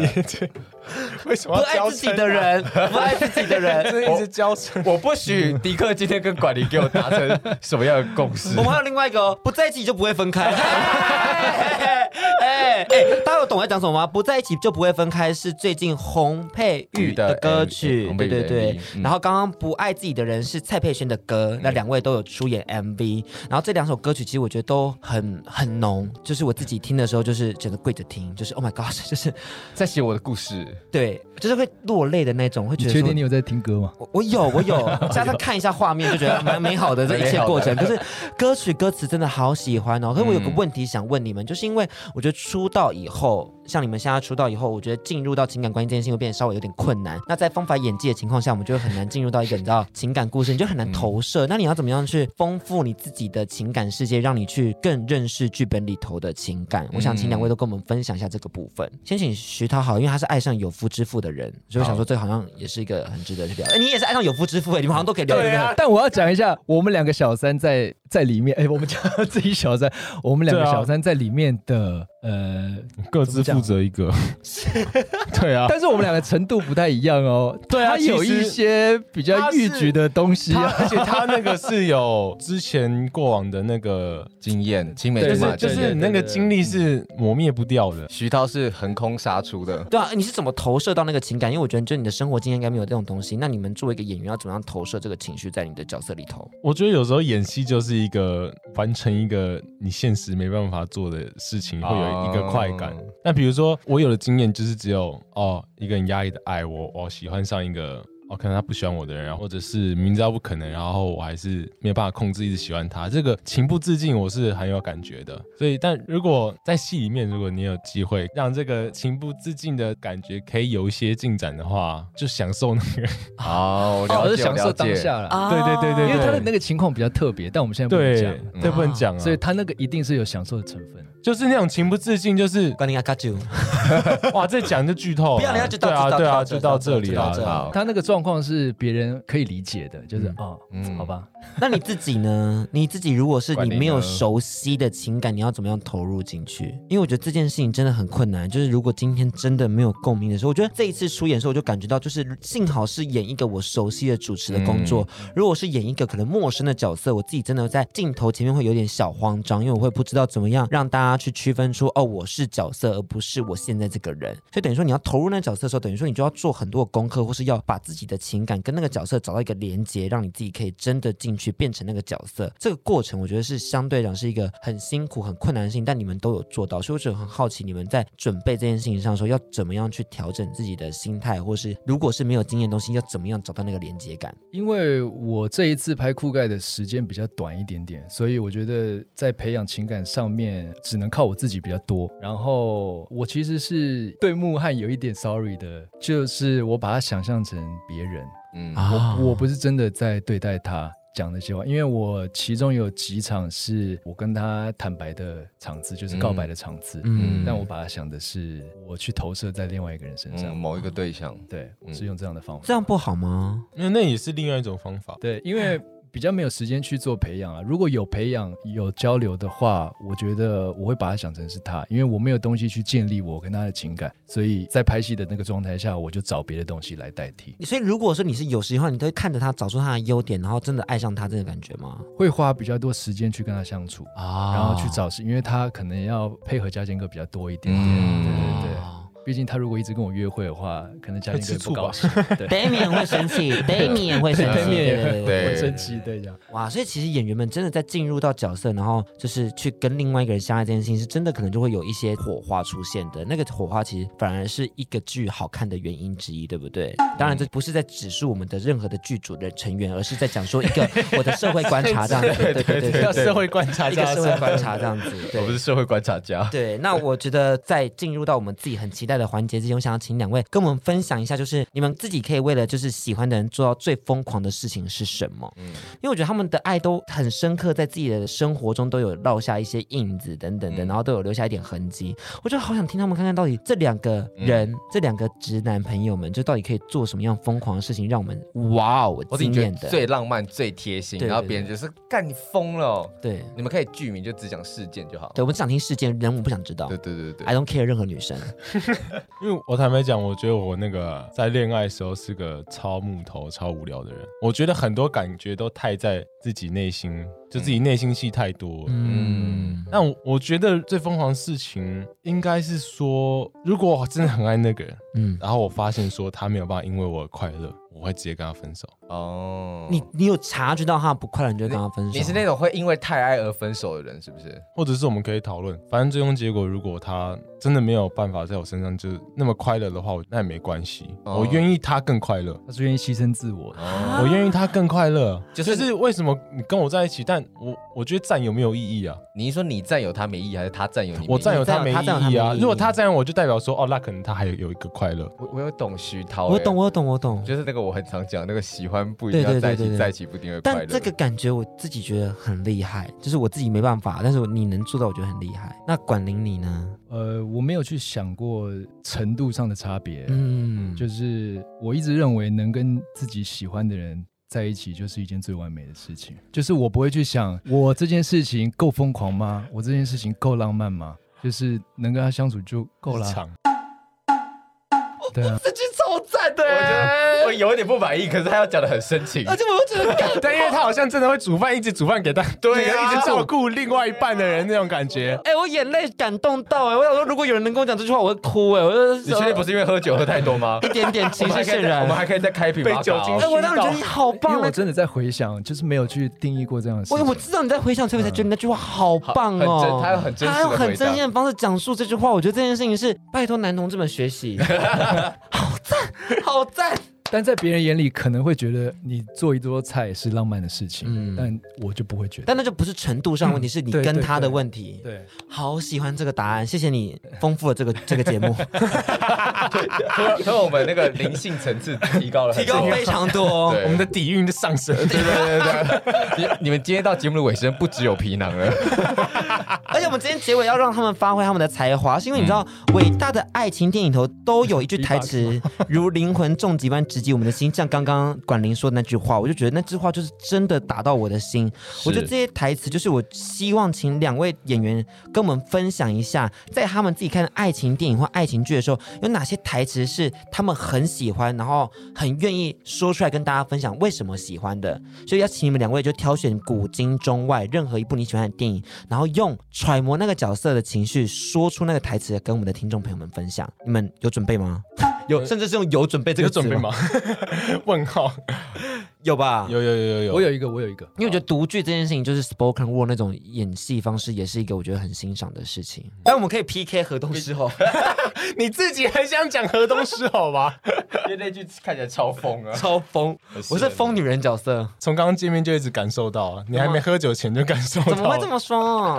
S5: 为什
S2: 不爱自己的人，
S4: 啊
S2: 不爱自己的人。
S5: 一直交成
S3: 我不许迪克今天跟管理给我达成什么样的共识
S2: 我。们还有另外一个哦，不在一起就不会分开。哎哎哎，大家有懂我在讲什么吗？不在一起就不会分开是最近洪佩瑜的歌曲，
S3: 嗯
S2: 对对对
S3: MV。嗯
S2: 然后刚刚不爱自己的人是蔡佩轩的歌，那两位都有出演 MV。然后这两首歌曲其实我觉得都很很浓，就是我自己听的时候就是整个跪着听，就是 Oh my God，就是
S3: 在写我的故事，
S2: 对，就是会落泪的那种，会觉
S4: 你
S2: 得
S4: 确
S2: 说
S4: 定你有在听歌吗？
S2: 我我有我有，啊加上看一下画面就觉得蛮美好的这一切过 程。可是歌曲歌词真的好喜欢哦。可是我有个问题想问你们，就是因为我觉得出道以后，像你们现在出道以后，我觉得进入到情感关系这件事情会变得稍微有点困难。那在方法演技的情况下，我们就会很难进入到一个你知道情感故事，你就很难投射。那你要怎么样去丰富你自己的情感世界，让你去更认识剧本里头的情感？我想请
S5: 嗯
S2: 两位都跟我们分享一下这个部分。先请徐涛好，因为他是爱上有夫之妇的人，所以我想说这好像也是一个很值得去聊。哎，你也是爱上有夫之妇哎，你们好像都可以聊。
S5: 啊
S2: 对不对
S4: 但我要讲一下，我们两个小三在在里面，哎、我们讲到自己小三，我们两个
S5: 对啊
S4: 小三在里面的、呃，
S5: 各自
S4: 怎
S5: 负责一 个，对啊，
S4: 但是我们两个程度不太一样哦。
S5: 对啊
S4: 他有
S5: 其实
S4: 一些比较逾矩的东西
S5: 他
S4: 啊。
S5: 而且他那个是有之前过往的那个，
S3: 经验，青梅
S5: 就
S3: 竹
S5: 是
S3: 马
S5: 就
S3: 经
S5: 是
S3: 验。
S5: 那个经历是磨灭不掉的。
S3: 徐涛是横空杀出的，
S2: 对啊，你是怎么投射到那个情感？因为我觉得，就你的生活经验应该没有这种东西。那你们作为一个演员，要怎么样投射这个情绪在你的角色里头？
S5: 我觉得有时候演戏就是一个完成一个你现实没办法做的事情，会有一个快感
S3: 哦。
S5: 那比如说我有的经验就是只有哦，一个人压抑的爱我，我喜欢上一个哦，可能他不喜欢我的人，然后或者是明知道不可能，然后我还是没有办法控制一直喜欢他，这个情不自禁我是很有感觉的。所以，但如果在戏里面，如果你有机会让这个情不自禁的感觉可以有一些进展的话，就享受那个。
S3: 好，我
S4: 啊 哦我
S3: 了
S4: 是
S3: 解，
S4: 享受
S3: 我了
S4: 当
S3: 解。
S4: 下啦，
S2: 啊
S5: 对对对对
S4: 因为他的
S5: 对
S4: 那个情况比较特别，但我们现在不能
S5: 对
S4: 讲，，
S5: 对，不能讲啊，
S4: 所以他那个一定是有享受的成分。
S5: 就是那种情不自禁，就是
S2: 关你阿卡啾，
S5: 哇，这讲就剧透了，
S2: 不要人家就到
S5: 对啊，
S2: 就到
S5: 对啊，
S2: 就
S5: 就
S2: 到
S5: 到这里
S2: 就到这
S5: 了。
S3: 好，
S4: 他那个状况是别人可以理解的，就是
S5: 嗯
S4: 哦，
S3: 嗯
S4: 好吧，
S2: 那你自己呢？你自己如果是
S3: 管
S2: 你
S3: 你
S2: 没有
S3: 呢
S2: 熟悉的情感，你要怎么样投入进去？因为我觉得这件事情真的很困难。就是如果今天真的没有共鸣的时候，我觉得这一次出演的时候，我就感觉到，就是幸好是演一个我熟悉的主持的工作。
S3: 嗯
S2: 如果是演一个可能陌生的角色，我自己真的在镜头前面会有点小慌张，因为我会不知道怎么样让大家去区分出哦，我是角色，而不是我现在这个人。所以等于说，你要投入那个角色的时候，等于说你就要做很多的功课，或是要把自己的情感跟那个角色找到一个连接，让你自己可以真的进去变成那个角色。这个过程，我觉得是相对来讲是一个很辛苦、很困难的事情，但你们都有做到，所以我就很好奇，你们在准备这件事情上的时候，要怎么样去调整自己的心态，或是如果是没有经验的东西，要怎么样找到那个连接感？
S4: 因为我这一次拍酷盖的时间比较短一点点，所以我觉得在培养情感上面只能靠我自己比较多。然后我其实是对木汉有一点 sorry 的，就是我把他想象成别人，
S3: 嗯
S2: 啊
S4: 我我不是真的在对待他讲那些话，因为我其中有几场是我跟他坦白的场次，就是告白的场次，
S2: 嗯
S4: 嗯，但我把它想的是我去投射在另外一个人身上，
S3: 嗯，某一个对象，
S4: 对，我
S3: 嗯
S4: 是用这样的方法，
S2: 这样不好吗？
S5: 那那也是另外一种方法。
S4: 对，因为比较没有时间去做培养啊。如果有培养、有交流的话，我觉得我会把它想成是他，因为我没有东西去建立我跟他的情感，所以在拍戏的那个状态下，我就找别的东西来代替，
S2: 所以如果说你是有时候，你都会看着他找出他的优点，然后真的爱上他这个感觉吗？
S4: 会花比较多时间去跟他相处。
S2: 啊
S4: 然后去找是，因为他可能要配合嘉健哥比较多一点点，
S3: 嗯
S4: 对对对。毕竟他如果一直跟我约会的话，可能嘉健哥也不高兴， 对，
S2: Damian 会生气，Damian 会生气，
S4: Damian 也
S2: 对对对
S3: 对
S4: 会生气，对这样。
S2: 哇！所以其实演员们真的在进入到角色，然后就是去跟另外一个人相爱这件事情，是真的可能就会有一些火花出现的。那个火花其实反而是一个剧好看的原因之一，对不对？当然，这不是在指述我们的任何的剧组的成员，而是在讲说一个我的社会观察这样子，对对对对对，
S5: 社会观察
S2: 一个社会观察这样子，对。
S3: 社会观察 家，
S2: 对，那我觉得在进入到我们自己很期待的环节之前，我想要请两位跟我们分享一下，就是你们自己可以为了就是喜欢的人做到最疯狂的事情是什么？嗯，因为我觉得他们的爱都很深刻，在自己的生活中都有烙下一些印子等等的，
S3: 嗯
S2: 然后都有留下一点痕迹。我就好想听他们看看到底这两个
S3: 嗯
S2: 人，这两个直男朋友们，就到底可以做什么样疯狂的事情，让我们哇哦
S3: 我自己
S2: 惊
S3: 觉
S2: 艳
S3: 得
S2: 的。
S3: 最浪漫、最贴心，
S2: 对对
S3: 然后别人就是干你疯了哦。
S2: 对，
S3: 你们可以剧名就只讲事件就好。
S2: 对，我们只想听事件，人我不想知道
S3: 对。对对对
S2: I don't care 任何女生。
S5: 因为我坦白讲，我觉得我那个在恋爱的时候是个超木头、超无聊的人。我觉得很多感觉都太在自己内心，就自己内心戏太多了。
S2: 嗯，
S5: 那我我觉得最疯狂的事情应该是说，如果我真的很爱那个人，
S2: 嗯，
S5: 然后我发现说他没有办法因为我的快乐，我会直接跟他分手。
S3: 哦，
S2: 你你有察觉到他不快乐，你就跟他分手？
S3: 你是那种会因为太爱而分手的人，是不是？
S5: 或者是我们可以讨论，反正最终结果，如果他真的没有办法在我身上就是那么快乐的话，我那也没关系，
S3: 哦
S5: 我愿意他更快乐，
S4: 他是愿意牺牲自我的，
S3: 哦，
S5: 我愿意他更快乐。
S3: 就
S5: 啊就是是、为什么你跟我在一起，但我我觉得占有没有意义啊？
S3: 你是说你占有他没意义，还是他占有你没意义？
S5: 我占有他没
S2: 他占有他
S5: 意义啊！
S2: 没意义
S5: 如果他占有我，就代表说哦，那可能他还有有一个快乐。
S3: 我我有懂徐涛，
S2: 我懂，
S3: 欸，
S2: 我懂，我懂。
S3: 就是那个我很常讲那个喜欢不一定
S2: 对对
S3: 要在一
S2: 对对
S3: 起，
S2: 对
S3: 在一起不一定会快乐。
S2: 但这个感觉我自己觉得很厉害，就是我自己没办法，但是你能做到，我觉得很厉害。那管玲你呢？
S4: 呃，我没有去想过程度上的差别，
S2: 嗯，
S4: 就是我一直认为能跟自己喜欢的人在一起就是一件最完美的事情，就是我不会去想我这件事情够疯狂吗？我这件事情够浪漫吗？就是能跟他相处就够了。
S5: 长
S4: 对啊，
S2: 哦这句超赞的
S6: 我觉得
S2: 欸，
S6: 我有一点不满意，可是他要讲的很深情。
S2: 而且我又觉得干
S5: 但因为他好像真的会煮饭，一直煮饭给大家，
S6: 对啊
S5: 一直照顾另外一半的人那种感觉。
S2: 哎、我眼泪感动到哎、我想说，如果有人能跟我讲这句话，我会哭哎、我就是
S6: 你确定不是因为喝酒喝太多吗？
S2: 一点点情
S6: 我们
S2: 绪
S6: 还可
S2: 渲
S6: 以再我们
S2: 染？
S6: 还可以再开一瓶
S5: 被
S6: 八嘎
S5: 酒精
S6: 哦
S2: 哎、我让人觉得你好
S4: 因为
S2: 棒
S4: 我
S2: 哎、
S4: 真的在回想，就是没有去定义过这样的事
S2: 我
S4: 情。
S2: 我知道你在回想崔伟才觉得那句话好棒
S6: 好很
S2: 哦
S6: 真，他有很真实的
S2: 他用很
S6: 回答
S2: 真心的方式讲述这句话，我觉得这件事情是拜托男同志们学习，好赞，好赞，
S4: 但在别人眼里可能会觉得你做一桌菜是浪漫的事情，
S2: 嗯
S4: 但我就不会觉得。
S2: 但那就不是程度上的问题，是你
S4: 对
S2: 跟
S4: 对
S2: 他的
S4: 对
S2: 问题。
S4: 对，
S2: 好喜欢这个答案，谢谢你丰富了这个这个节目，
S6: 所以所以我们那个灵性层次 提高了 很
S2: 提
S6: 多，
S2: 高 非常多。哦
S6: 对
S5: 我们的底蕴就上升，
S6: 对对对对，你你们今天到节目的尾声，不只有皮囊了，
S2: 而且我们今天结尾要让他们发挥他们的才华，是因为你知道，伟大的爱情电影头都有一句台词， 如灵魂重击般直击我们的心，像刚刚管林说的那句话，我就觉得那句话就是真的打到我的心。我觉得这些台词就是我希望请两位演员跟我们分享一下，在他们自己看的爱情电影或爱情剧的时候，有哪些台词是他们很喜欢，然后很愿意说出来跟大家分享为什么喜欢的。所以要请你们两位就挑选古今中外任何一部你喜欢的电影，然后用揣摩那个角色的情绪，说出那个台词，跟我们的听众朋友们分享。你们有准备吗？ 有，甚至是用“有准备”这个
S5: 有
S2: 词
S5: 准备？吗？问号，
S2: 有吧？
S5: 有有有有
S4: 我
S5: 有，
S4: 有一个，我有一个，
S2: 因为我觉得独剧这件事情，就是 spoken word 那种演戏方式，也是一个我觉得很欣赏的事情。但我们可以 PK 河东狮 吼，
S5: 你自己很想讲河东狮吼吧？
S6: 因为那句看起来超疯啊。
S2: 超疯，我是疯女人角色，
S5: 从刚刚见面就一直感受到啊，你还没喝酒前就感受到，
S2: 怎么会这？么说？
S4: 好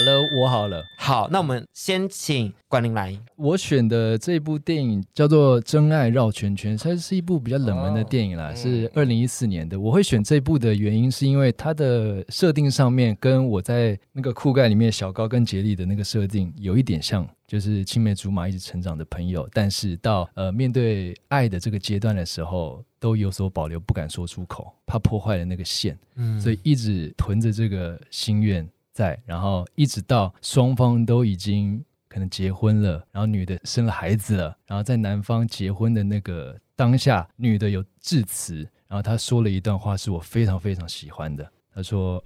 S4: 了，我好了。
S2: 好，那我们先请管林来，
S4: 我选的这部电影叫做《真爱绕圈圈》，它是一部比较冷门的电影啦，是二零一四年的。我会选这部的原因是因为它的设定上面跟我在那个酷盖里面小高跟杰利的那个设定有一点像，就是青梅竹马一直成长的朋友，但是到呃面对爱的这个阶段的时候，都有所保留，不敢说出口，怕破坏了那个线。
S2: 嗯，
S4: 所以一直囤着这个心愿在，然后一直到双方都已经可能结婚了，然后女的生了孩子了，然后在男方结婚的那个当下，女的有致辞，然后她说了一段话是我非常非常喜欢的，她说。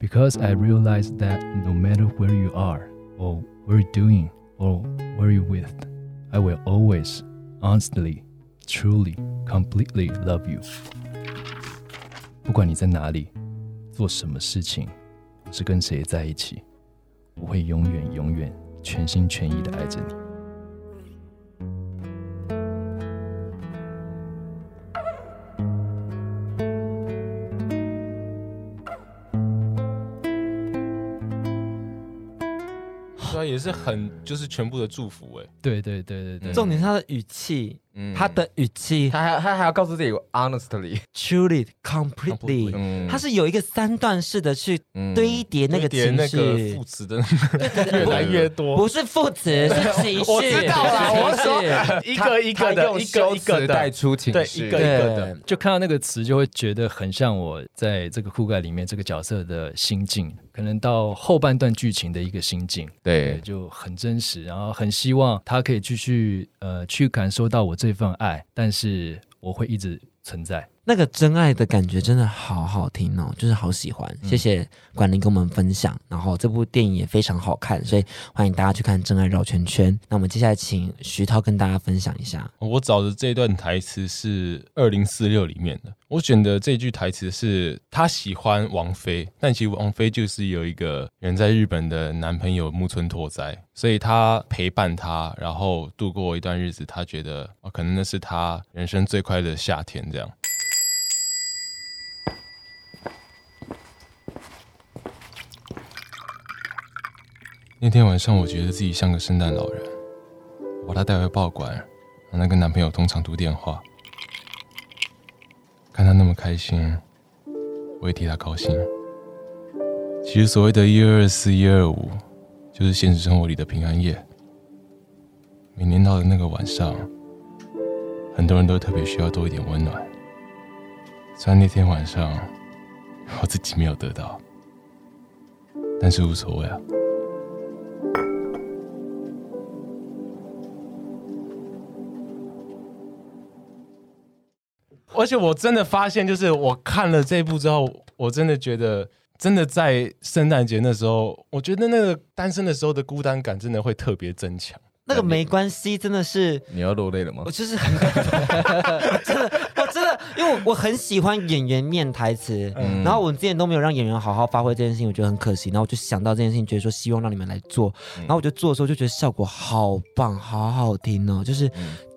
S4: Because I realize that no matter where you are, or where you're doing, or where you're with, I will always, honestly, truly, completely love you. 不管你在哪里，做什么事情，或是跟谁在一起，我会永远永远全心全意的爱着你。
S5: 对啊，也是很就是全部的祝福哎，
S4: 对对对对对，
S2: 重点是他的语气，
S6: 嗯
S2: 他的语气
S6: 他还他还要告诉自己，honestly，
S2: ，truly completely。
S6: 嗯
S2: 他是有一个三段式的去嗯
S3: 嗯
S2: 堆叠那个
S5: 叠
S2: 情
S5: 那个
S2: 绪
S5: 副，词的 越来越多，
S2: 不是副 词，是情绪。我知
S5: 道啦我
S2: 说
S5: 一个一个的，一个一个
S6: 带
S5: 的，
S6: 出情
S5: 对，
S6: 绪，
S5: 一个一个的。
S4: 就看到那个词，就会觉得很像我在这个酷盖里面这个角色的心境，可能到后半段剧情的一个心境。对，
S3: 对，
S4: 就很真实，然后很希望他可以继续呃去感受到我这份爱，但是我会一直存在。
S2: 那个真爱的感觉真的好好听哦，就是好喜欢。谢谢管林跟我们分享，然后这部电影也非常好看，所以欢迎大家去看《真爱绕圈圈》。那我们接下来请徐涛跟大家分享一下。
S5: 我找的这段台词是二零四六里面的，我选的这句台词是他喜欢王菲，但其实王菲就是有一个人在日本的男朋友木村拓哉，所以他陪伴他，然后度过一段日子，他觉得、哦、可能那是他人生最快乐的夏天这样。那天晚上，我觉得自己像个圣诞老人。我把她带回报馆，让她跟男朋友通长途电话。看她那么开心，我也替她高兴。其实所谓的“一二四一二五”，就是现实生活里的平安夜。每年到的那个晚上，很多人都特别需要多一点温暖。虽然那天晚上我自己没有得到，但是无所谓啊。而且我真的发现，就是我看了这部之后，我真的觉得，真的在圣诞节那时候，我觉得那个单身的时候的孤单感真的会特别增强。
S2: 那个没关系，真的 是
S7: 你要落泪了吗
S6: 我？就是很 真的，我真的，因为我很喜欢演员念台词，
S3: 嗯
S6: 然后我之前都没有让演员好好发挥这件事情，我觉得很可惜。然后我就想到这件事情，觉得说希望让你们来做，然后我就做的时候就觉得效果好棒，好好听哦，就是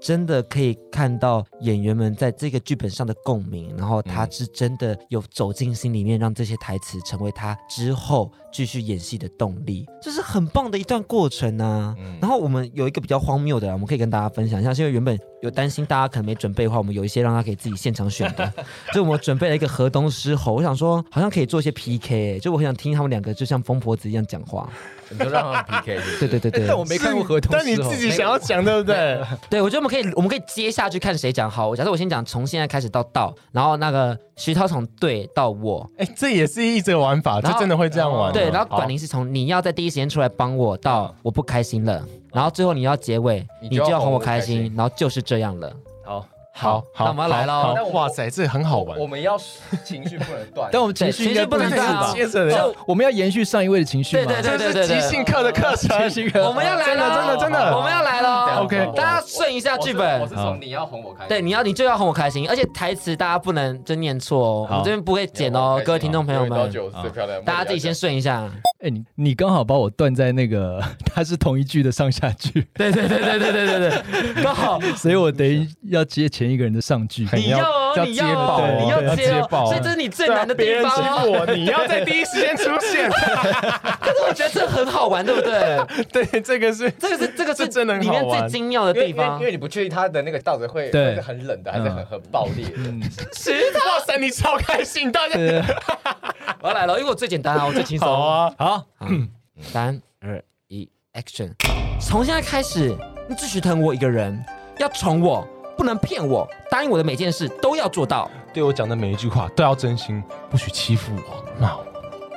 S6: 真的可以看到演员们在这个剧本上的共鸣，然后他是真的有走进心里面，让这些台词成为他之后继续演戏的动力，这是很棒的一段过程啊。然后我们有一个比较荒谬的啊，我们可以跟大家分享一下，是因为原本有担心大家可能没准备的话，我们有一些让他可以自己现场选的， 所以我们准备了一个河东狮吼，我想说好像可以做一些 PK，、欸、就我很想听他们两个就像疯婆子一样讲话。
S3: 你就让他 们 PK 是不是
S6: 对对对对，
S4: 但我没看过合同，
S5: 但你自己想要讲，对不对？
S6: 对，我觉得我们可以，我们可以接下去看谁讲好。我假设我先讲从现在开始到到，然后那个徐涛从对到我，
S5: 哎、这也是一则玩法，
S6: 然
S5: 就
S6: 后
S5: 真的会这样玩啊、
S6: 对，然后
S5: 好
S6: 管宁是从你要在第一时间出来帮我到我不开心了，然后最后你要结尾，
S3: 你
S6: 嗯你
S3: 就要
S6: 就要哄
S3: 哄
S6: 我
S3: 我
S6: 开
S3: 开心
S6: 心，然后就是这样了。
S3: 好，
S5: 好，
S6: 那我们要来
S5: 好
S6: 喽。
S3: 那
S5: 好
S3: 我
S5: 哇塞，这很好玩
S3: 我。们要情绪不能断，
S4: 但我们情
S6: 对
S4: 绪应该
S6: 情绪不
S4: 不能
S6: 能
S4: 是
S6: 断啊
S4: 吧？
S5: 接着嘞，
S4: 我们要延续上一位的情绪
S6: 对
S4: 嘛？
S6: 对对对对
S5: 这是即
S6: 对，
S5: 兴课的课程，
S6: 我们要来
S5: 真的
S6: 了，
S5: 真的真的
S6: 我们要来了。
S5: OK
S6: 啊
S2: 哦
S6: 大家顺一下剧本
S3: 我是我是从你要哄我开心，
S6: 对，你要你就要哄我开心，而且台词大家不能就念错哦，我们这边不会剪哦，各位听众朋友们，大家自己先顺一下。
S4: 哎，你你刚好把我断在那个， 它是同一句的上下句，
S6: 对对对对对对对对，刚 好
S4: 所以我等于要接前一个人的上句。
S5: 你
S6: 你
S5: 要
S6: 要哦，
S5: 要
S6: 你
S5: 接
S6: 要
S5: 爆
S6: 哦
S5: 哦，
S6: 你
S5: 对要
S6: 接
S5: 接爆啊
S6: 哦，
S5: 哦
S6: 所以这是你最难的地方哦。
S5: 我，你要在第一时间出现。
S6: 可是我觉得这很好玩，对不对？
S5: 对，这个是
S6: 这个是这个是
S5: 这真的很
S6: 里
S5: 好玩
S6: 面最精妙的
S3: 因为
S6: 地
S3: 因为因
S6: 方
S3: 为。你不确定他的那个到底会
S4: 对
S3: 会是很冷的，还是很
S4: 嗯
S3: 很爆裂 的。
S5: 哇塞，你超开心，大家
S6: 我要来了，因为我最简单啊，我最轻松。
S5: 好啊，
S4: 好，
S6: 好，三二一，Action！从现在开始，你只许疼我一个人，要宠我，不能骗我，答应我的每件事都要做到。
S5: 对我讲的每一句话都要真心，不许欺负我、骂我，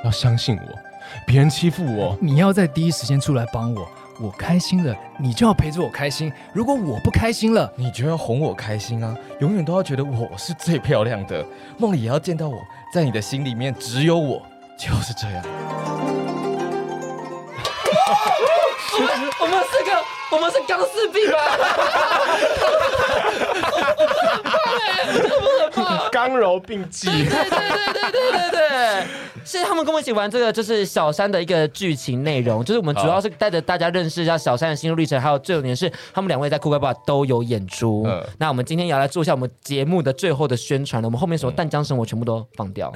S5: 要相信我。别人欺负我，
S4: 你要在第一时间出来帮我，我开心了，你就要陪着我开心；如果我不开心了，
S3: 你就要哄我开心啊！永远都要觉得我是最漂亮的， 梦里也要见到我，在你的心里面只有我，就是这样。
S6: 我们我们是个我们是钢丝臂吧？我我们很棒哎，我觉得我们很棒。
S5: 刚柔 并
S6: 对
S5: 济。
S6: 对对对对对对，是他们跟我一起玩这个，就是小三的一个剧情内容，就是我们主要是带着大家认识一下小三的心路历程，还有最有名的是他们两位在酷盖爸都有演出。
S3: 嗯
S6: 那我们今天也要来做一下我们节目的最后的宣传了，我们后面什么淡江生活全部都放掉。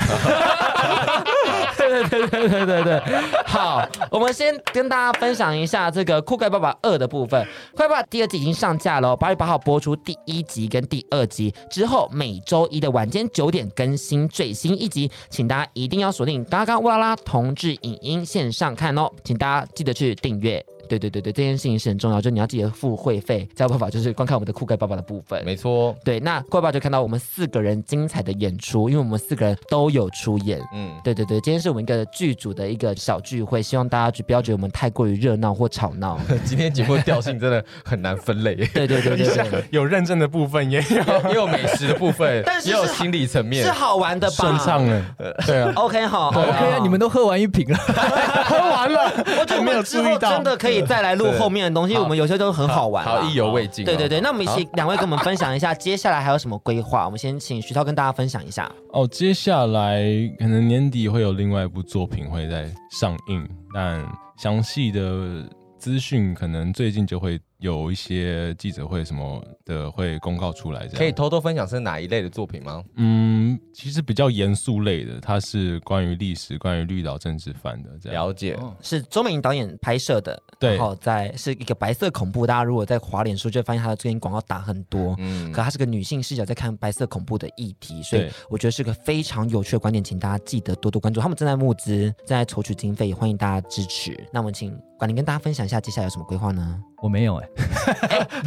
S6: 对对对对对对，好，我们先跟大家分享一下这个《酷盖爸爸二》的部分。《酷盖爸爸》第二季已经上架了哦，八月八号播出第一集跟第二集，之后每周一的晚间九点更新最新一集，请大家一定要锁定嘎嘎乌拉拉同志影音线上看哦，请大家记得去订阅。对对对对，这件事情是很重要，就是你要记得付会费，才有办法就是观看我们的酷盖爸爸的部分。
S3: 没错，
S6: 对，那怪爸就看到我们四个人精彩的演出，因为我们四个人都有出演。
S3: 嗯，
S6: 对对对，今天是我们一个剧组的一个小聚会，希望大家就不要觉得我们太过于热闹或吵闹。
S3: 今天节目的调性真的很难分类，
S6: 对对对对对，
S5: 有认真的部分也有，
S3: 也有美食的部 分
S6: 但，是
S3: 也有心理层面
S6: 是。好玩的吧？
S5: 顺畅了，对啊，
S6: OK 好 o
S4: OK 啊，你们都喝完一瓶了，
S5: 喝完了，
S6: 我觉得我
S5: 没有
S6: 们之
S5: 注
S6: 后
S5: 意到
S6: 真，的可以再来录后面的东西，我们有些都很好玩啦。
S3: 好意犹未尽哦。
S6: 对对对，那我们一起两位跟我们分享一下接下来还有什么规划？我们先请徐涛跟大家分享一下。
S5: 哦，接下来可能年底会有另外一部作品会在上映，但详细的资讯可能最近就会有一些记者会什么的会公告出来。这样
S3: 可以偷偷分享是哪一类的作品吗？
S5: 嗯，其实比较严肃类的，它是关于历史、关于绿岛政治犯的这样。
S3: 了解，
S6: 是周美莹导演拍摄的，
S5: 对
S6: 然后在是一个白色恐怖，大家如果在滑脸书就会发现她的最近广告打很多，
S3: 嗯
S6: 可，她是个女性视角在看白色恐怖的议题，所以
S5: 对
S6: 我觉得是个非常有趣的观点，请大家记得多多关注。他们正在募资，正在筹取经费，也欢迎大家支持。那我们请管理跟大家分享一下接下来有什么规划呢？
S4: 我没 有哎、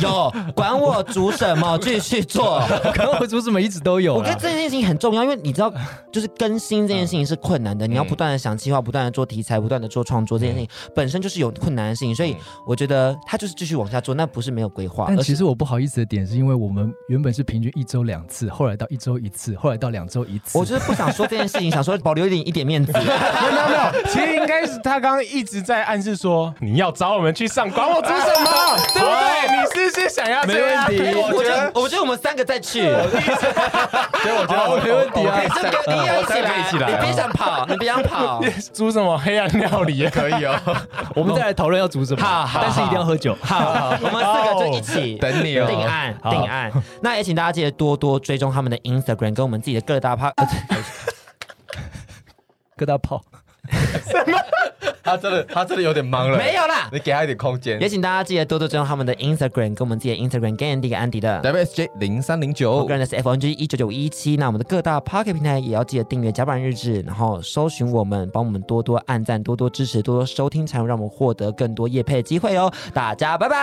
S6: 有管我煮什么，继续 做。嗯
S4: 可能我组什么一直都有啊
S6: 我觉
S4: 啦
S6: 得。这件事情很重要，因为你知道，就是更新这件事情是困难的，你要不断的想计划，不断的做题材，不断的做创作，这件事情本身就是有困难的事情，所以我觉得他就是继续往下做，那不是没有规划，
S4: 但
S6: 而
S4: 其
S6: 是
S4: 实我不好意思的点是因为我们原本是平均一周两次，后来到一周一次，后来到两周一次。
S6: 我就是不想说这件事情，想说保留一点一点面子。
S5: 没有没有没有，其实应该是他刚刚一直在暗示说你要找我们去上，管我煮什 么，对不对？你是不是想要这样？
S3: 没问题
S6: 哎我觉得，我觉得我们三个再去，
S3: 所以我觉得我没问题啊
S6: 你这个你也一起来，你别想跑，你别想跑。
S5: 煮什么黑暗料理也可以哦。
S4: 我们再来讨论要组什么，
S6: 好好
S4: 但是一定要喝酒。
S6: 好，我们四个就一起
S3: 等你哦
S6: 定案定案。那也请大家记得多多追踪他们的 Instagram 跟我们自己的各大呃 p
S4: 各大炮，
S3: 他真的他真的有点忙了，
S6: 没有啦。
S3: 你给他一点空间
S6: 也。请大家记得多多追踪他们的 Instagram 跟我们自己的 Instagram 跟 Andy 跟安迪的。
S3: WSJ 零三零
S6: 我
S3: 九
S6: 个，人的是 F N G 一九九一七，那我们的各大 Pocket 平台也要记得订阅《甲板日志》，然后搜寻我们，帮我们多多按赞、多多支持、多多收听，才能让我们获得更多业配的机会哦。大家拜拜，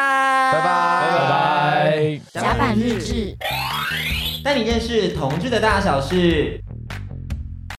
S6: 拜拜
S3: 拜拜。
S6: 甲板日志，带你认识同志的大小事。